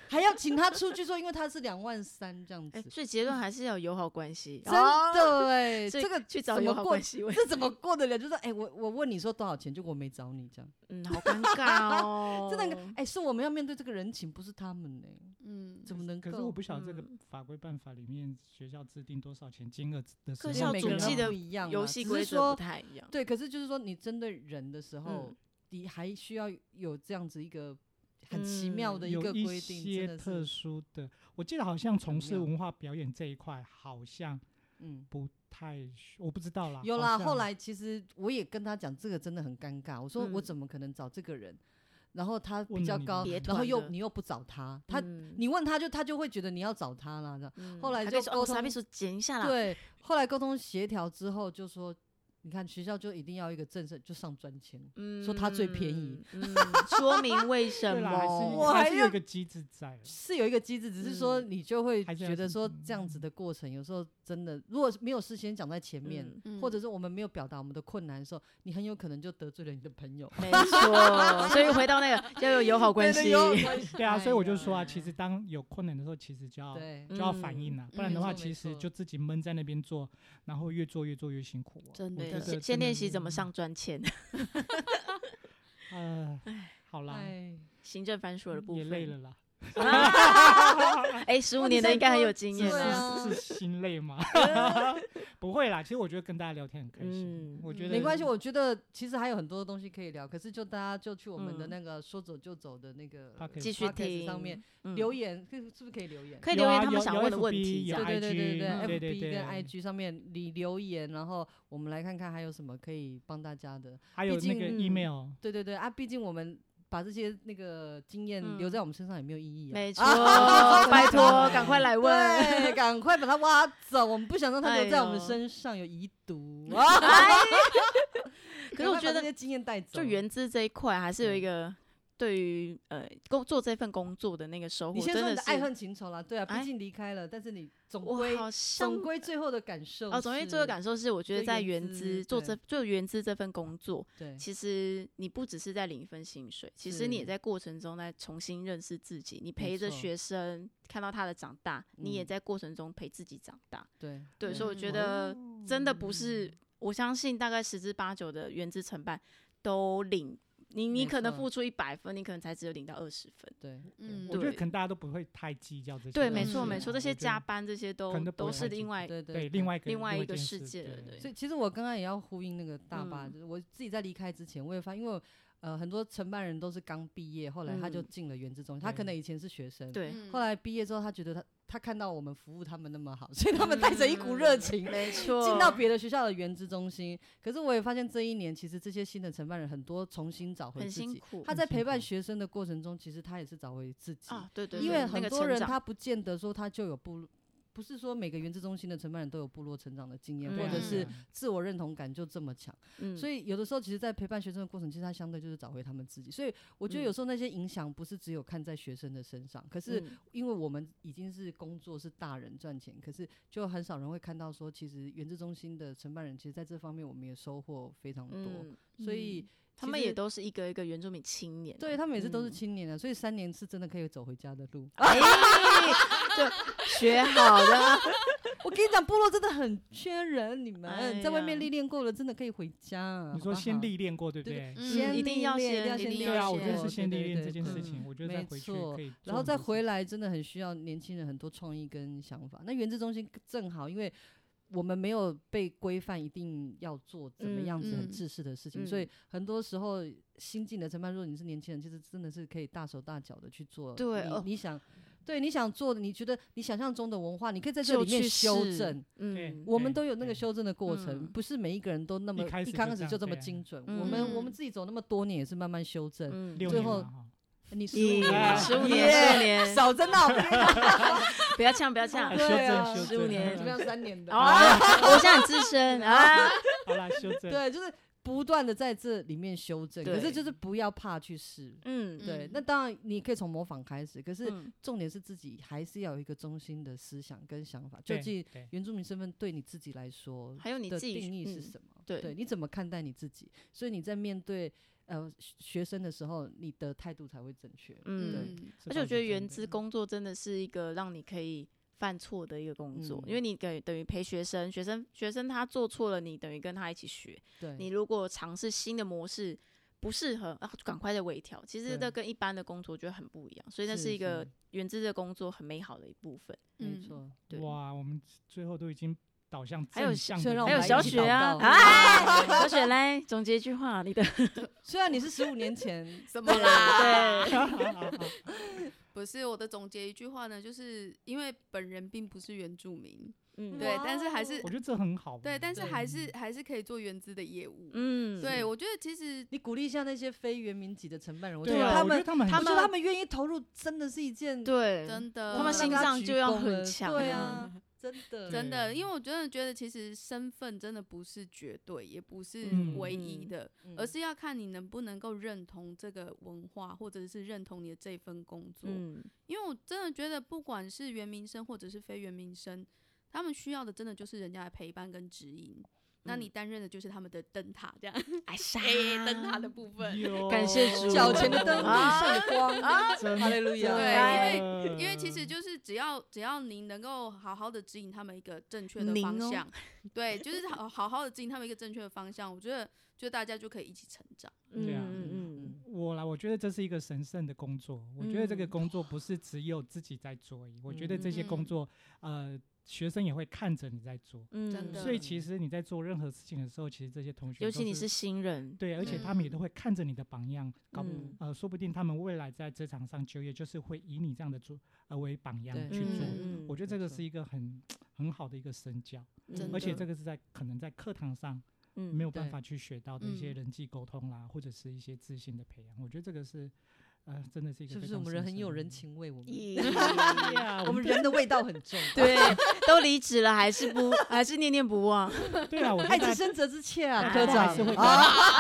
Speaker 4: 还要请他出去说，因为他是两万三这样子
Speaker 3: 哎，，所以结论还是要有友好关系，
Speaker 4: 真的哎、
Speaker 3: 哦所以
Speaker 4: 这个
Speaker 3: 去找
Speaker 4: 怎
Speaker 3: 友
Speaker 4: 么
Speaker 3: 好
Speaker 4: 过
Speaker 3: 关？系问。
Speaker 4: 这怎么过得了？就是哎、我我问你说多少钱，结果我没找你这样，
Speaker 3: 嗯，好尴尬哦，
Speaker 4: 真的很尴哎、是我们要面对这个人情，不是他们呢、
Speaker 2: 嗯，
Speaker 4: 怎么能够？
Speaker 1: 可是我不晓得这个
Speaker 3: 嗯
Speaker 1: 法规办法里面学校制定多少钱金额的时
Speaker 3: 各
Speaker 1: 候，
Speaker 3: 校
Speaker 4: 每
Speaker 3: 主
Speaker 4: 个人
Speaker 3: 机
Speaker 4: 都
Speaker 3: 的
Speaker 4: 不一样啦，啊
Speaker 3: 游戏
Speaker 4: 只
Speaker 3: 规则不
Speaker 4: 是说
Speaker 3: 太一样。
Speaker 4: 对，可是就是说你针对人的时候
Speaker 3: 嗯，
Speaker 4: 你还需要有这样子一个很奇妙的
Speaker 3: 嗯
Speaker 4: 一
Speaker 1: 嗯有
Speaker 4: 个
Speaker 1: 一
Speaker 4: 规定，
Speaker 1: 些
Speaker 4: 真
Speaker 1: 特
Speaker 4: 的是，
Speaker 1: 殊的，我记得好像从事
Speaker 4: 妙
Speaker 1: 文化表演这一块好像
Speaker 4: 嗯。
Speaker 1: 不太需，我不知道啦。
Speaker 4: 有
Speaker 1: 好
Speaker 4: 啦，
Speaker 1: 像
Speaker 4: 后来其实我也跟他讲，这个真的很尴尬。我说我
Speaker 3: 嗯
Speaker 4: 怎么可能找这个人？然后他比
Speaker 1: 问
Speaker 4: 较
Speaker 1: 你
Speaker 4: 高
Speaker 1: 吗
Speaker 3: 别，
Speaker 4: 然后
Speaker 3: 团
Speaker 4: 又
Speaker 3: 了
Speaker 4: 你又不找他，他
Speaker 3: 嗯
Speaker 4: 你问他就他就会觉得你要找他了，这样
Speaker 3: 嗯
Speaker 4: 后来
Speaker 3: 还
Speaker 4: 就
Speaker 3: 可以说哦
Speaker 4: 沟
Speaker 3: 傻逼
Speaker 4: 通
Speaker 3: 说剪一下
Speaker 1: 啊
Speaker 3: 啦，
Speaker 4: 对，后来沟通协调之后就说，你看学校就一定要一个正式，就上专签。
Speaker 3: 嗯
Speaker 4: 说它最便宜，
Speaker 3: 嗯，说明为什
Speaker 1: 对啦，还是
Speaker 3: 么？
Speaker 4: 哦我
Speaker 1: 还
Speaker 4: 还
Speaker 1: 是
Speaker 4: 要
Speaker 1: 有一个机制 在啦。
Speaker 4: 是有一个机制，只是说你就
Speaker 1: 嗯
Speaker 4: 会
Speaker 1: 还是要
Speaker 4: 觉得
Speaker 1: 慎
Speaker 4: 说
Speaker 1: 重
Speaker 4: 这样子的过程，有时候真的如果没有事先讲在前面，
Speaker 3: 嗯
Speaker 2: 嗯
Speaker 4: 或者是我们没有表达我们的困难的时候，你很有可能就得罪了你的朋 友。
Speaker 3: 没错，所以回到那个要有友好关
Speaker 4: 对
Speaker 3: 系
Speaker 4: 对，有关系
Speaker 1: 对啊，所以我就说
Speaker 4: 哎
Speaker 1: 啊，
Speaker 4: 呀
Speaker 1: 其实当有困难的时候，其实就要
Speaker 4: 哎对
Speaker 1: 就要反应啊，不然
Speaker 2: 嗯
Speaker 1: 的
Speaker 2: 没
Speaker 1: 话，
Speaker 4: 错
Speaker 1: 其
Speaker 4: 没
Speaker 1: 实
Speaker 4: 错
Speaker 1: 就自己闷在那边做，然后越做越做越辛苦哦。
Speaker 2: 真
Speaker 1: 我
Speaker 2: 的
Speaker 1: 觉
Speaker 3: 嗯对，
Speaker 1: 得
Speaker 3: 先
Speaker 1: 真
Speaker 3: 先
Speaker 1: 的
Speaker 3: 练习怎么
Speaker 1: 是
Speaker 3: 上专签，
Speaker 1: 呃，好啦，
Speaker 4: 哎，
Speaker 3: 行政繁琐的部
Speaker 1: 嗯也
Speaker 3: 分。
Speaker 1: 累了啦。
Speaker 3: 啊 哎，十五
Speaker 4: 哇
Speaker 3: 年
Speaker 4: 你
Speaker 3: 的
Speaker 4: 才
Speaker 3: 应该很
Speaker 4: 多
Speaker 3: 有经
Speaker 4: 对
Speaker 3: 验
Speaker 1: 是
Speaker 3: 了。
Speaker 4: 啊
Speaker 1: 是是心累吗？不会啦，其实我觉得跟大家聊天很开心
Speaker 3: 嗯，
Speaker 1: 我觉得
Speaker 4: 没关系，我觉得其实还有很多东西可以聊，可是就大家就去我们的
Speaker 3: 嗯
Speaker 4: 那个说走就走的那个
Speaker 1: Podcast
Speaker 3: 继续
Speaker 4: podcast
Speaker 3: 听
Speaker 4: 上面
Speaker 3: 嗯
Speaker 4: 留言，可以是不是可以留言？
Speaker 3: 可以
Speaker 1: 有
Speaker 3: 留言
Speaker 1: 啊
Speaker 3: 他们
Speaker 1: 有
Speaker 3: 想
Speaker 1: 有
Speaker 3: 问的
Speaker 1: FB
Speaker 3: 问题
Speaker 1: 有
Speaker 3: 啊。
Speaker 4: 对对对
Speaker 1: IG
Speaker 4: 对
Speaker 1: 嗯对对
Speaker 4: ，FB
Speaker 1: 对
Speaker 4: 跟 IG 上面你留言，然后我们来看看还有什么可以帮大家的。
Speaker 1: 还有
Speaker 4: 毕
Speaker 1: 那个
Speaker 4: 竟
Speaker 1: email，
Speaker 4: 对对对啊，毕竟我们把这些那个经验
Speaker 1: 嗯
Speaker 4: 留在我们身上也没有意义啊。
Speaker 3: 没错
Speaker 4: 啊，
Speaker 3: 拜托，赶快来问。
Speaker 4: 对，赶快把它挖走，我们不想让它留在我们
Speaker 3: 哎呦
Speaker 4: 身上有遗 毒啊。
Speaker 3: 哎可是我
Speaker 4: 赶快把
Speaker 3: 觉
Speaker 4: 这
Speaker 3: 得，
Speaker 4: 些经验带走，
Speaker 3: 就原资这一块，还是
Speaker 4: 嗯
Speaker 3: 有一个对于呃工做这份工作的那个收获，
Speaker 4: 你先
Speaker 3: 真
Speaker 4: 说
Speaker 3: 的
Speaker 4: 你
Speaker 3: 是
Speaker 4: 的爱恨情仇啦，对啊，
Speaker 3: 哎
Speaker 4: 毕竟离开了，但是你总归
Speaker 3: 我好像
Speaker 4: 总归最后的感受
Speaker 3: 哦，总之最后感
Speaker 4: 受
Speaker 3: 受是，我觉得
Speaker 4: 就
Speaker 3: 在
Speaker 4: 原
Speaker 3: 原资
Speaker 4: 资
Speaker 3: 做
Speaker 4: 对
Speaker 3: 这做原资这份工作，
Speaker 4: 对，
Speaker 3: 其实你不只是在领一份薪水，其实你也
Speaker 4: 是
Speaker 3: 在过程中在重新认识自己。你陪着
Speaker 4: 错
Speaker 3: 学生看到他的长大，你也
Speaker 4: 嗯
Speaker 3: 在过程中陪自己长大。
Speaker 4: 对
Speaker 3: 对，所以我觉
Speaker 2: 嗯
Speaker 3: 得真的
Speaker 4: 嗯
Speaker 3: 不是，我相信大概十之八九的原资承办都领你，你
Speaker 4: 没
Speaker 3: 可能
Speaker 4: 错
Speaker 3: 付出一百分，你可能才只有领到二十分。
Speaker 4: 对，
Speaker 2: 嗯
Speaker 4: 嗯，
Speaker 1: 我觉得
Speaker 3: 对
Speaker 1: 可能大家都不会太计较这些东西
Speaker 3: 对，
Speaker 1: 啊。
Speaker 3: 没
Speaker 2: 是
Speaker 3: 错没
Speaker 2: 啊
Speaker 3: 错，
Speaker 1: 我
Speaker 3: 这些
Speaker 1: 觉得
Speaker 3: 加班这些都
Speaker 1: 能都不
Speaker 3: 都
Speaker 1: 会
Speaker 3: 是
Speaker 1: 太
Speaker 3: 另
Speaker 1: 计
Speaker 3: 外
Speaker 4: 对
Speaker 1: 对另外一个
Speaker 3: 另外
Speaker 1: 一
Speaker 3: 一
Speaker 1: 件
Speaker 3: 个
Speaker 1: 事
Speaker 3: 世界了，
Speaker 1: 对
Speaker 4: 所
Speaker 3: 对，
Speaker 4: 以其实我刚刚也要呼应那个大爸，
Speaker 3: 嗯
Speaker 4: 就是我自己在离开之前，我也发现，因为呃很多承办人都是刚毕业，后来他就
Speaker 3: 嗯
Speaker 4: 进了原子中心，他可
Speaker 1: 对
Speaker 4: 能以前是学生，
Speaker 3: 对，
Speaker 2: 嗯
Speaker 4: 后来毕业之后，他觉得他他看到我们服务他们那么好， 所以他们带着一股热情。
Speaker 3: 嗯没错，
Speaker 4: 进到别的学校的原资中心，可是我也发现这一年，其实这些新的承办人很多重新找回
Speaker 3: 很
Speaker 4: 自
Speaker 3: 辛
Speaker 4: 己。
Speaker 3: 苦嗯
Speaker 4: 他
Speaker 1: 很
Speaker 4: 在
Speaker 1: 辛
Speaker 4: 陪伴
Speaker 1: 苦
Speaker 4: 学生的过程中，其实他也是找回自己。
Speaker 3: 啊，对对，
Speaker 4: 因
Speaker 3: 对
Speaker 4: 为
Speaker 3: 那
Speaker 4: 很
Speaker 3: 个
Speaker 4: 多
Speaker 3: 成
Speaker 4: 人
Speaker 3: 长
Speaker 4: 他不见得说他就有部落，不是说每个原子中心的承办人都有部落成长的经验，
Speaker 3: 嗯
Speaker 4: 或者
Speaker 1: 对
Speaker 4: 是
Speaker 1: 啊
Speaker 4: 自我认同感就这么强。
Speaker 3: 嗯
Speaker 4: 所以有的时候，其实，在陪伴学生的过程，其实他相对就是找回他们自己。所以我
Speaker 3: 嗯
Speaker 4: 觉得有时候那些影响不是只有看在学生的身上，可是
Speaker 3: 嗯
Speaker 4: 因为我们已经是工作是大人赚钱，可是就很少人会看到说，其实原子中心的承办人，其实在这方面我们也收获非常多。
Speaker 3: 嗯，
Speaker 4: 所以
Speaker 3: 他
Speaker 4: 其
Speaker 3: 们也
Speaker 4: 实
Speaker 3: 都是一个一个原住民青年啊，
Speaker 4: 对他们也是都是
Speaker 3: 嗯
Speaker 4: 青年啊，所以三年是真的可以走回家的路。
Speaker 3: 哎，就学好的，啊
Speaker 4: 我跟你讲，部落真的很缺人，你们、
Speaker 3: 哎
Speaker 4: 在外
Speaker 3: 呀
Speaker 4: 面历练过了，真的可以回家啊、
Speaker 1: 你说
Speaker 4: 好不
Speaker 1: 先
Speaker 4: 好，
Speaker 1: 历练过，对不
Speaker 4: 对
Speaker 1: 对？
Speaker 2: 嗯
Speaker 4: 先
Speaker 3: 一
Speaker 4: 历
Speaker 3: 定要
Speaker 4: 练一定
Speaker 3: 先
Speaker 4: 要
Speaker 3: 一
Speaker 4: 先
Speaker 3: 定
Speaker 4: 历
Speaker 3: 要
Speaker 1: 对啊，我觉得
Speaker 4: 过
Speaker 1: 是先
Speaker 4: 对
Speaker 1: 历
Speaker 4: 对
Speaker 1: 练
Speaker 4: 对
Speaker 1: 这件事
Speaker 4: 嗯
Speaker 1: 情，我觉得
Speaker 4: 没
Speaker 1: 再回去可以做很
Speaker 4: 错
Speaker 1: 多事情，
Speaker 4: 然后再回来，真的很需要年轻人很多创意跟想法。那原子中心正好，因为我们没有被规范一定要做怎么
Speaker 3: 嗯
Speaker 4: 样子很
Speaker 2: 嗯
Speaker 4: 制式的事情，所以
Speaker 3: 嗯
Speaker 4: 很多时候新进的承办，如果你是年轻人，其实真的是可以大手大脚的去做你。
Speaker 3: 对哦
Speaker 4: 你想。对，你想做的，你觉得你想象中的文化，你可以在这
Speaker 3: 就
Speaker 4: 里面
Speaker 3: 去
Speaker 4: 修
Speaker 3: 试
Speaker 4: 正。
Speaker 3: 嗯，
Speaker 4: 我们
Speaker 1: 对
Speaker 4: 都有那个
Speaker 1: 对
Speaker 4: 修正的过程，
Speaker 3: 嗯
Speaker 4: 不是每一个人都那么
Speaker 1: 开始就
Speaker 4: 刚开
Speaker 1: 这
Speaker 4: 始
Speaker 1: 样
Speaker 4: 就这么
Speaker 1: 对啊
Speaker 4: 精准。我们我
Speaker 3: 嗯
Speaker 4: 们自己走那么多年也是慢慢修正。
Speaker 3: 嗯
Speaker 1: 六
Speaker 4: 最
Speaker 1: 年
Speaker 4: 后
Speaker 1: 嘛哈
Speaker 4: 你十五
Speaker 3: 你
Speaker 4: 年，
Speaker 3: 十五年，十五年，
Speaker 4: 少真的，
Speaker 3: 不要呛，不 要呛
Speaker 1: 啊，
Speaker 4: 对
Speaker 1: 修正
Speaker 4: 啊
Speaker 1: 修
Speaker 3: 15
Speaker 1: 正
Speaker 3: 年
Speaker 4: 怎么样？三年的
Speaker 3: 哦，，我现在很资 深啊，
Speaker 1: 好啦，修正。
Speaker 4: 对，就是不断的在这里面修正，可是
Speaker 3: 对
Speaker 4: 就是不要怕去试。
Speaker 3: 嗯，
Speaker 4: 对
Speaker 2: 嗯，
Speaker 4: 那当然你可以从模仿开始，可是
Speaker 3: 嗯
Speaker 4: 重点是自己还是要有一个中心的思想跟想法，究
Speaker 1: 对
Speaker 4: 竟
Speaker 1: 对
Speaker 4: 原住民身份对你自己来说
Speaker 3: 还有你
Speaker 4: 的
Speaker 3: 自己
Speaker 4: 定义是
Speaker 3: 嗯
Speaker 4: 什么？
Speaker 3: 对
Speaker 4: 你怎么看待你自己？所以你在面对呃学学生的时候，你的态度才会正确。
Speaker 3: 嗯，
Speaker 2: 嗯
Speaker 1: 这
Speaker 3: 而
Speaker 1: 倒是
Speaker 3: 且我觉得
Speaker 1: 真
Speaker 3: 原
Speaker 1: 的
Speaker 3: 资工作真的是一个让你可以。犯错的一个工作，
Speaker 4: 嗯
Speaker 3: 因为你给等于陪学生，学生学生他做错了，你等于跟他一起学，
Speaker 4: 对，
Speaker 3: 你如果尝试新的模式不适合，啊，就赶快再微调。其实
Speaker 4: 对
Speaker 3: 这跟一般的工作我觉得很不一样，所以那
Speaker 4: 是
Speaker 3: 是一个
Speaker 4: 是
Speaker 3: 原自的工作很美好的一部分。
Speaker 4: 没
Speaker 2: 嗯
Speaker 4: 错。
Speaker 3: 对，
Speaker 1: 哇，我们最后都已经导向
Speaker 3: 还有
Speaker 1: 正
Speaker 3: 小
Speaker 1: 向
Speaker 4: 虽
Speaker 1: 的
Speaker 4: 然
Speaker 1: 路
Speaker 4: 我
Speaker 3: 还
Speaker 4: 们
Speaker 3: 有
Speaker 4: 来
Speaker 3: 小
Speaker 4: 一起
Speaker 3: 雪
Speaker 4: 祷
Speaker 3: 啊，
Speaker 4: 告
Speaker 3: 哎，小雪来总结一句话，你的
Speaker 4: 虽然你是十五年前
Speaker 2: 怎么啦？
Speaker 3: 对，
Speaker 1: 好好好好
Speaker 2: 不是我的总结一句话呢，就是因为本人并不是原住民，
Speaker 3: 嗯
Speaker 2: 对，但是还
Speaker 4: 哇
Speaker 2: 是
Speaker 1: 我觉得这很好。
Speaker 2: 对，但是
Speaker 1: 对嗯
Speaker 2: 还是还是可以做原资的业务。
Speaker 3: 嗯，
Speaker 2: 对，我觉得其实
Speaker 4: 你鼓励一下那些非原民籍的承办人，我觉
Speaker 1: 对
Speaker 4: 得
Speaker 1: 啊，
Speaker 4: 他
Speaker 1: 我觉
Speaker 4: 们
Speaker 1: 得，他们很
Speaker 4: 我觉得
Speaker 3: 们
Speaker 4: 他们愿意投入，真的是一件
Speaker 3: 对，嗯
Speaker 2: 真的，
Speaker 3: 他们
Speaker 4: 让
Speaker 3: 心
Speaker 4: 大家
Speaker 3: 脏
Speaker 4: 鞠
Speaker 3: 就要
Speaker 4: 躬
Speaker 3: 很
Speaker 4: 了
Speaker 3: 强
Speaker 4: 对
Speaker 3: 啊
Speaker 4: 啊， 真的，
Speaker 2: 真的，
Speaker 1: 对
Speaker 2: 因为我真的觉得，其实身份真的不是绝对，也不是
Speaker 1: 嗯
Speaker 2: 唯一
Speaker 3: 嗯
Speaker 2: 的，
Speaker 4: 嗯
Speaker 2: 而是要看你能不能够认同这个文化，或者是认同你的这份工作。
Speaker 3: 嗯，
Speaker 2: 因为我真的觉得，不管是原民生或者是非原民生，他们需要的真的就是人家的陪伴跟指引。那
Speaker 3: 嗯
Speaker 2: 你担任的就是他们的灯塔，这样，
Speaker 3: 哎傻，
Speaker 2: 哎，灯塔的 部
Speaker 3: 嗯
Speaker 2: 分。
Speaker 1: 有
Speaker 3: 感谢主
Speaker 4: 嗯脚前的灯路
Speaker 3: 啊
Speaker 4: 上的光，
Speaker 1: 真啊
Speaker 4: 哈利路亚
Speaker 2: 对啊
Speaker 1: 因
Speaker 2: 因为其实就是只要只要你能够好好的指引他们一个正确的
Speaker 3: 您
Speaker 2: 方
Speaker 3: 哦
Speaker 2: 向，对，就是好好好的指引他们一个正确的方向，我觉得就大家就可以一起成长。
Speaker 1: 对啊
Speaker 3: 嗯嗯
Speaker 1: 我啦，我觉得这是一个神圣的工作。我觉得这个
Speaker 3: 嗯
Speaker 1: 工作不是只有自己在做而已，我觉得这些
Speaker 2: 嗯
Speaker 1: 工作，呃，学生也会看着你在做。
Speaker 3: 嗯，
Speaker 2: 真的
Speaker 1: 所以其实你在做任何事情的时候，其实这些同学
Speaker 3: 尤
Speaker 1: 都
Speaker 3: 其你是新人，
Speaker 1: 对，而且他们
Speaker 4: 嗯
Speaker 1: 也都会看着你的榜样，搞不
Speaker 3: 嗯
Speaker 1: 呃，说不定他们未来在职场上就业，就是会以你这样的做呃为榜样
Speaker 4: 对
Speaker 1: 去做。
Speaker 3: 嗯嗯
Speaker 1: 我觉得这个
Speaker 4: 没
Speaker 1: 是
Speaker 4: 错
Speaker 1: 一个很很好的一个身教，
Speaker 2: 真
Speaker 1: 而且
Speaker 2: 的
Speaker 1: 这个是在可能在课堂上
Speaker 3: 嗯
Speaker 1: 没有办
Speaker 4: 对
Speaker 1: 法去学到的一些
Speaker 2: 嗯
Speaker 1: 人际沟通啦，或者是一些自信的培养。我觉得这个是，呃，真的是一个
Speaker 4: 是不
Speaker 1: 非
Speaker 4: 是我
Speaker 1: 常
Speaker 4: 们人
Speaker 1: 神
Speaker 4: 很
Speaker 1: 圣
Speaker 4: 有
Speaker 1: 的
Speaker 4: 人
Speaker 1: 东西？
Speaker 4: 情味？我 们
Speaker 3: 咦
Speaker 1: 呀，
Speaker 4: 我们人的味道很重，
Speaker 3: 对，都离职了，还是不还是念念不忘，
Speaker 1: 对 啊，我觉
Speaker 4: 爱
Speaker 1: 得
Speaker 4: 之
Speaker 1: 大家
Speaker 4: 深责之切啊，
Speaker 1: 大
Speaker 4: 科
Speaker 1: 家还是会
Speaker 4: 长 啊，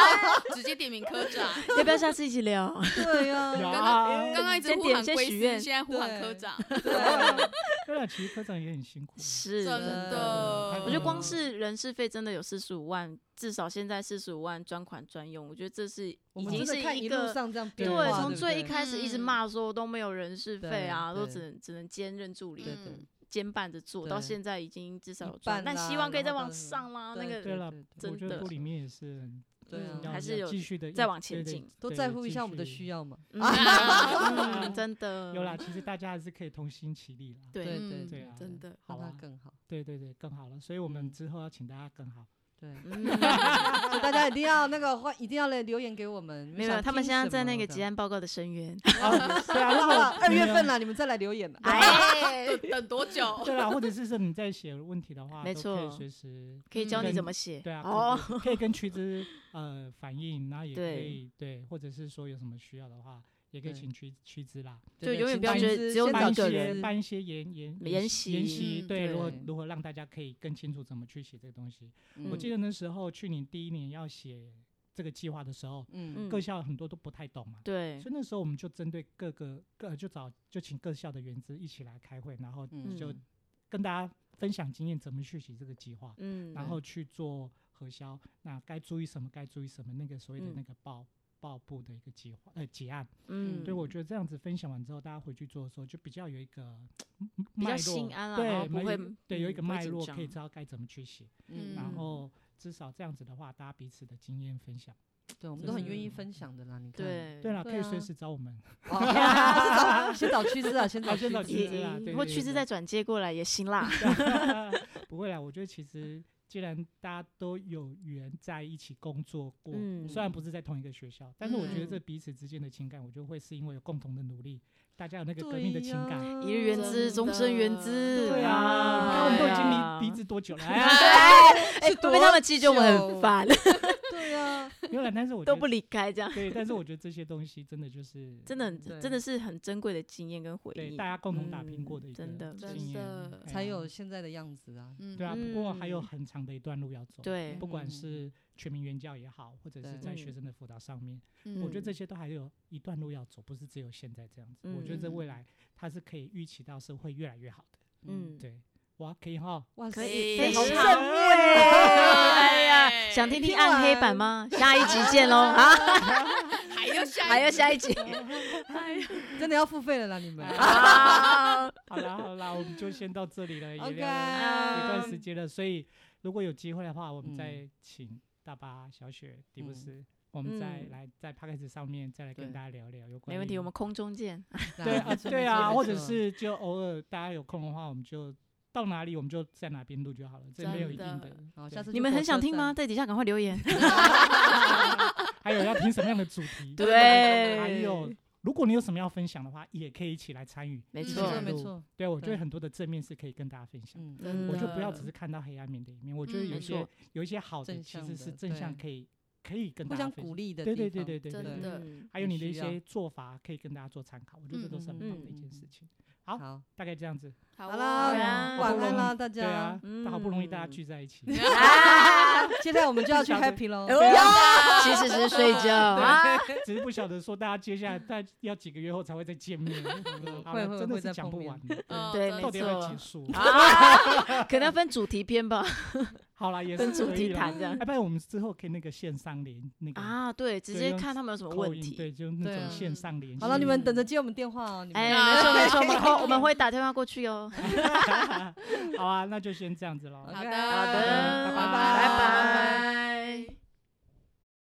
Speaker 2: 直接点名科 长，
Speaker 3: 要不要下次一起聊？
Speaker 4: 对
Speaker 1: 有
Speaker 4: 啊，
Speaker 1: 啊，
Speaker 2: 刚刚一直
Speaker 3: 先
Speaker 2: 呼
Speaker 3: 点
Speaker 2: 喊
Speaker 3: 先
Speaker 2: 归
Speaker 3: 许
Speaker 2: 司，
Speaker 3: 愿
Speaker 2: 现在呼喊科
Speaker 4: 对
Speaker 2: 长，
Speaker 1: 对啊对啊，其实科长也很辛 苦啊。
Speaker 3: 是
Speaker 2: 真
Speaker 4: 的
Speaker 2: 的。
Speaker 3: 我觉得光
Speaker 1: 嗯
Speaker 3: 是人事费真的有四十五万，至少现在四十五万专款专用，我觉得这是
Speaker 4: 我
Speaker 3: 已
Speaker 4: 们
Speaker 3: 经
Speaker 4: 真
Speaker 3: 是
Speaker 4: 的看
Speaker 3: 一
Speaker 4: 一
Speaker 3: 个
Speaker 4: 路上这样变
Speaker 1: 对
Speaker 4: 化，
Speaker 3: 从
Speaker 4: 不
Speaker 3: 最一
Speaker 4: 对
Speaker 3: 开始一直
Speaker 2: 嗯
Speaker 3: 骂说都没有人事费啊，
Speaker 4: 对
Speaker 3: 都
Speaker 4: 对
Speaker 3: 只能只能兼任助理
Speaker 4: 对
Speaker 2: 嗯
Speaker 4: 对
Speaker 3: 兼办着做，
Speaker 4: 对
Speaker 3: 到现在已经至少
Speaker 4: 一
Speaker 3: 有赚，
Speaker 4: 半
Speaker 3: 但希
Speaker 4: 啦
Speaker 3: 望可以
Speaker 4: 然
Speaker 3: 再
Speaker 4: 后
Speaker 3: 往
Speaker 4: 到
Speaker 3: 上啦。那
Speaker 4: 对
Speaker 3: 个
Speaker 1: 对了
Speaker 4: 对，对
Speaker 1: 我觉
Speaker 3: 真
Speaker 1: 得
Speaker 3: 的
Speaker 1: 部里面也是
Speaker 4: 对啊
Speaker 3: 嗯，还
Speaker 1: 要
Speaker 3: 是
Speaker 1: 要
Speaker 3: 有
Speaker 1: 继续的
Speaker 3: 再往前进，
Speaker 4: 都在乎一下我们的需
Speaker 1: 要。
Speaker 4: 要嘛，
Speaker 3: 嗯 嗯真的
Speaker 1: 有啦，其实大家还是可以同心其力啦。
Speaker 3: 对
Speaker 4: 对
Speaker 2: 嗯
Speaker 1: 对啊
Speaker 2: 真的。
Speaker 1: 好
Speaker 4: 让它
Speaker 1: 啊，
Speaker 4: 更好。
Speaker 1: 对对对，更好了。所以我们
Speaker 4: 嗯
Speaker 1: 之后要请大家更好。
Speaker 4: 对，
Speaker 3: 嗯，
Speaker 4: 所以大家一定要那个欢，一定要来留言给我们。
Speaker 3: 没有没有，他们现在在那个
Speaker 4: 结
Speaker 3: 结
Speaker 4: 案。
Speaker 3: 案报告的深渊。
Speaker 1: 啊对啊，如
Speaker 4: 好
Speaker 1: 果
Speaker 4: 了，二
Speaker 1: 你
Speaker 4: 月
Speaker 1: 们
Speaker 4: 份了，你们再来留言吧。
Speaker 3: 哎，
Speaker 2: 等等多久？
Speaker 1: 对啦，或者是说你在写问题的话，
Speaker 3: 没
Speaker 1: 都可以
Speaker 3: 错
Speaker 1: 随时
Speaker 3: 可以教你
Speaker 1: 跟
Speaker 3: 怎么写。
Speaker 1: 对啊，
Speaker 3: 哦，
Speaker 1: 可以可以跟曲子呃反映，然后也可
Speaker 3: 对
Speaker 1: 以对，或者是说有什么需要的话，也可以
Speaker 4: 对
Speaker 1: 请曲曲子啦，
Speaker 3: 就
Speaker 4: 对
Speaker 3: 永远
Speaker 4: 请
Speaker 3: 不要
Speaker 4: 白
Speaker 3: 觉得
Speaker 4: 痴
Speaker 3: 只有
Speaker 4: 先
Speaker 3: 你
Speaker 4: 找
Speaker 1: 办一
Speaker 3: 一个
Speaker 4: 白痴
Speaker 1: 些
Speaker 3: 人
Speaker 1: 办一些研研
Speaker 3: 研
Speaker 1: 习研
Speaker 3: 习
Speaker 1: 习，
Speaker 2: 嗯
Speaker 1: 对，如何
Speaker 4: 对
Speaker 1: 如何让大家可以更清楚怎么去写这个东西。我
Speaker 4: 嗯
Speaker 1: 记得那时候去年第一年要写这个计划的时候，
Speaker 4: 嗯
Speaker 1: 各校很多都不太懂嘛，
Speaker 3: 对
Speaker 1: 所以那时候我们就针对各个各就找就请各校的原资一起来开会，然后
Speaker 4: 嗯
Speaker 1: 就跟大家分享经验，怎么去写这个计划，
Speaker 3: 嗯，
Speaker 1: 然后去做核销，那该注意什么，该注意什么，那个所谓的
Speaker 3: 嗯
Speaker 1: 那个报。报部的一个计划，呃，结案，
Speaker 3: 嗯，
Speaker 1: 对我觉得这样子分享完之后，大家回去做的时候，就比较有一个
Speaker 3: 比
Speaker 1: 脉
Speaker 3: 较
Speaker 1: 络
Speaker 3: 心安了，然后
Speaker 1: 对，
Speaker 3: 不
Speaker 1: 没
Speaker 3: 会
Speaker 1: 有对有一
Speaker 3: 嗯
Speaker 1: 个
Speaker 3: 不会
Speaker 1: 脉
Speaker 3: 紧
Speaker 1: 络，
Speaker 3: 张
Speaker 1: 可以知道该怎么去写，
Speaker 4: 嗯，
Speaker 1: 然
Speaker 3: 嗯
Speaker 1: 后至少这样子的话，大家彼此的经验分享。
Speaker 4: 对，我们都很愿意分享的啦。你看，
Speaker 3: 对
Speaker 1: 对啦，可以随
Speaker 4: 啊
Speaker 1: 时找我们。
Speaker 4: 哦，先找 先找趋势啊，先找
Speaker 1: 啊先找
Speaker 4: 趋
Speaker 1: 趋
Speaker 4: 势
Speaker 1: 势。 对啦对
Speaker 3: 也或
Speaker 1: 对
Speaker 3: 去之
Speaker 1: 对
Speaker 3: 再转接过来也行啦。
Speaker 1: 不会啦，我觉得其实既然大家都有缘在一起工作过，
Speaker 3: 嗯
Speaker 1: 虽然不是在同一个学校，但是我觉得
Speaker 3: 嗯
Speaker 1: 这彼此之间的情感，我觉得会是因为有共同的努力，大家有那个革命的情感。
Speaker 4: 呀
Speaker 3: 一日原
Speaker 2: 真
Speaker 3: 资，
Speaker 2: 的
Speaker 3: 终身原资。
Speaker 1: 对啊，
Speaker 3: 啊，
Speaker 1: 你看我们都已经离离职多久了？ 哎，
Speaker 3: 对，哎，
Speaker 4: 多
Speaker 3: 被他们记就我很
Speaker 4: 久
Speaker 3: 烦，
Speaker 4: 对啊，
Speaker 1: 没有啦，但是我觉
Speaker 3: 都
Speaker 1: 得
Speaker 3: 不离开这样，
Speaker 1: 对，但是我觉得这些东西真的就是
Speaker 3: 真的很
Speaker 4: 对
Speaker 3: 真的是很珍贵的经验跟回
Speaker 1: 对
Speaker 3: 忆
Speaker 1: 大。家共同打拼
Speaker 3: 嗯
Speaker 1: 过的一个
Speaker 3: 真的
Speaker 1: 经
Speaker 2: 真
Speaker 1: 验
Speaker 2: 的
Speaker 1: 哎呀
Speaker 4: 才有现在的样子啊。
Speaker 2: 嗯，
Speaker 1: 对啊。不过还有
Speaker 3: 嗯
Speaker 1: 很长的一段路要走，
Speaker 3: 对
Speaker 1: 不管
Speaker 4: 嗯
Speaker 1: 是全民援教也好，或者是
Speaker 4: 对
Speaker 1: 在
Speaker 3: 嗯
Speaker 1: 学生的辅导上面。
Speaker 2: 嗯
Speaker 1: 我觉得这些都还有一段路要走，不是只有现在这样子。我觉得这未
Speaker 2: 嗯
Speaker 1: 来它是可以预期到是会越来越好的。
Speaker 3: 嗯，
Speaker 1: 对，哇，可以哈，
Speaker 4: 哇
Speaker 3: 可
Speaker 4: 塞，
Speaker 3: 以
Speaker 4: 好
Speaker 3: 非
Speaker 4: 正
Speaker 3: 常
Speaker 4: 面，
Speaker 3: 哎呀，想听听暗黑版吗？下一集见 喽啊！
Speaker 2: 还要下
Speaker 3: 还要下一集。
Speaker 4: 真的要付费了啦，你 们。
Speaker 3: 好，
Speaker 1: 好啦好啦，我们就先到这里了，也聊
Speaker 4: OK，
Speaker 1: 了
Speaker 3: 啊
Speaker 1: 一段时
Speaker 4: 嗯
Speaker 1: 间了，所以如果有机会的话，我们
Speaker 4: 嗯
Speaker 1: 再请大巴、小雪、迪布
Speaker 4: 嗯
Speaker 1: 斯，我们再
Speaker 3: 嗯
Speaker 1: 来在 p a c k a g e 上面再来跟
Speaker 4: 对
Speaker 1: 大家聊聊有关。
Speaker 3: 没问题，我们。空中见。
Speaker 1: 对 啊，
Speaker 4: 没错
Speaker 1: 对
Speaker 4: 没
Speaker 1: 啊，
Speaker 4: 错
Speaker 1: 或
Speaker 4: 没
Speaker 1: 者
Speaker 4: 错
Speaker 1: 是就偶尔大家有空的话，我们就到哪里我们就在哪边录就好了，这没有一定
Speaker 2: 真
Speaker 1: 的
Speaker 2: 的。
Speaker 4: 好，
Speaker 1: 对
Speaker 4: 下次
Speaker 3: 你
Speaker 4: 就
Speaker 3: 们
Speaker 4: 火
Speaker 3: 很想
Speaker 4: 车
Speaker 3: 听吗？
Speaker 4: 站？
Speaker 3: 在底下赶快留言。
Speaker 1: 还有要听什么样的主题？
Speaker 3: 对
Speaker 1: 还有如果你有什么要分享的话，也可以一起来参与。
Speaker 3: 没
Speaker 2: 嗯
Speaker 1: 一起
Speaker 3: 错
Speaker 1: 来
Speaker 4: 错
Speaker 1: 录
Speaker 4: 没错，
Speaker 1: 对啊我觉得
Speaker 4: 对
Speaker 1: 很多的正面是可以跟大家分享的。
Speaker 4: 嗯，
Speaker 3: 嗯
Speaker 1: 我就不要
Speaker 3: 真
Speaker 1: 只是看到黑暗面的一面，我觉得
Speaker 2: 嗯
Speaker 1: 有
Speaker 2: 没
Speaker 1: 一些
Speaker 3: 错
Speaker 1: 有一些好的
Speaker 4: 正
Speaker 1: 其
Speaker 4: 向
Speaker 1: 实是
Speaker 4: 的
Speaker 1: 正向，
Speaker 4: 对
Speaker 1: 可以可以跟
Speaker 4: 互
Speaker 1: 大家
Speaker 4: 相
Speaker 1: 分
Speaker 4: 鼓
Speaker 1: 享。
Speaker 4: 励的
Speaker 1: 对对
Speaker 4: 地
Speaker 1: 对
Speaker 4: 方
Speaker 1: 对对
Speaker 2: 真
Speaker 1: 对，
Speaker 2: 的
Speaker 3: 嗯
Speaker 1: 还有你
Speaker 4: 很
Speaker 1: 的一
Speaker 4: 需要嗯
Speaker 1: 些做法可以跟大家做参考，我觉得这都是很棒的一件事情。好，
Speaker 4: 好，
Speaker 1: 大概这样子。
Speaker 2: 好
Speaker 4: 好
Speaker 2: 哦
Speaker 4: 啦，
Speaker 3: 晚安
Speaker 4: 晚安啦，大
Speaker 1: 对啊
Speaker 4: 家。，
Speaker 1: 好不容易大家
Speaker 3: 嗯
Speaker 1: 聚在一 起，
Speaker 3: 啊，
Speaker 4: 现在我们就要去
Speaker 1: 小的
Speaker 4: happy 喽，
Speaker 3: 哎呦其实只是睡觉啊，
Speaker 1: 只是不晓得说大家接下来大概要几个月后才会再见 面，
Speaker 4: 嗯
Speaker 1: 好
Speaker 4: 会
Speaker 1: 了
Speaker 4: 会
Speaker 1: 真的
Speaker 4: 会
Speaker 1: 是
Speaker 4: 再
Speaker 1: 讲不
Speaker 4: 碰面哦
Speaker 1: 完的，
Speaker 2: 嗯
Speaker 3: 对
Speaker 2: 真
Speaker 1: 到
Speaker 2: 的
Speaker 1: 底要不要
Speaker 3: 错
Speaker 1: 结束？
Speaker 3: 啊， 嗯可能要分主题篇吧，
Speaker 1: 好啦，也
Speaker 3: 分
Speaker 1: 是
Speaker 3: 主
Speaker 1: 可以
Speaker 3: 题
Speaker 1: 啦。
Speaker 3: 谈这样
Speaker 1: 哎，不然我们之后可以那个线上连那个
Speaker 3: 啊，对，直
Speaker 1: 对
Speaker 3: 接
Speaker 1: 用
Speaker 3: 看他们有什么
Speaker 1: call
Speaker 3: 问
Speaker 1: in，
Speaker 3: 题。
Speaker 1: 对，就那
Speaker 4: 对
Speaker 1: 种
Speaker 4: 啊
Speaker 1: 线上连。
Speaker 4: 好了，你们 等着接我们电话哦，你
Speaker 3: 哎，
Speaker 4: 们
Speaker 3: 没错没错，我们 会我们会打电话过去哦。
Speaker 1: 好啊，那就先这样子喽。
Speaker 2: 好的
Speaker 4: 好
Speaker 3: 好的，
Speaker 1: 拜拜
Speaker 3: 拜拜。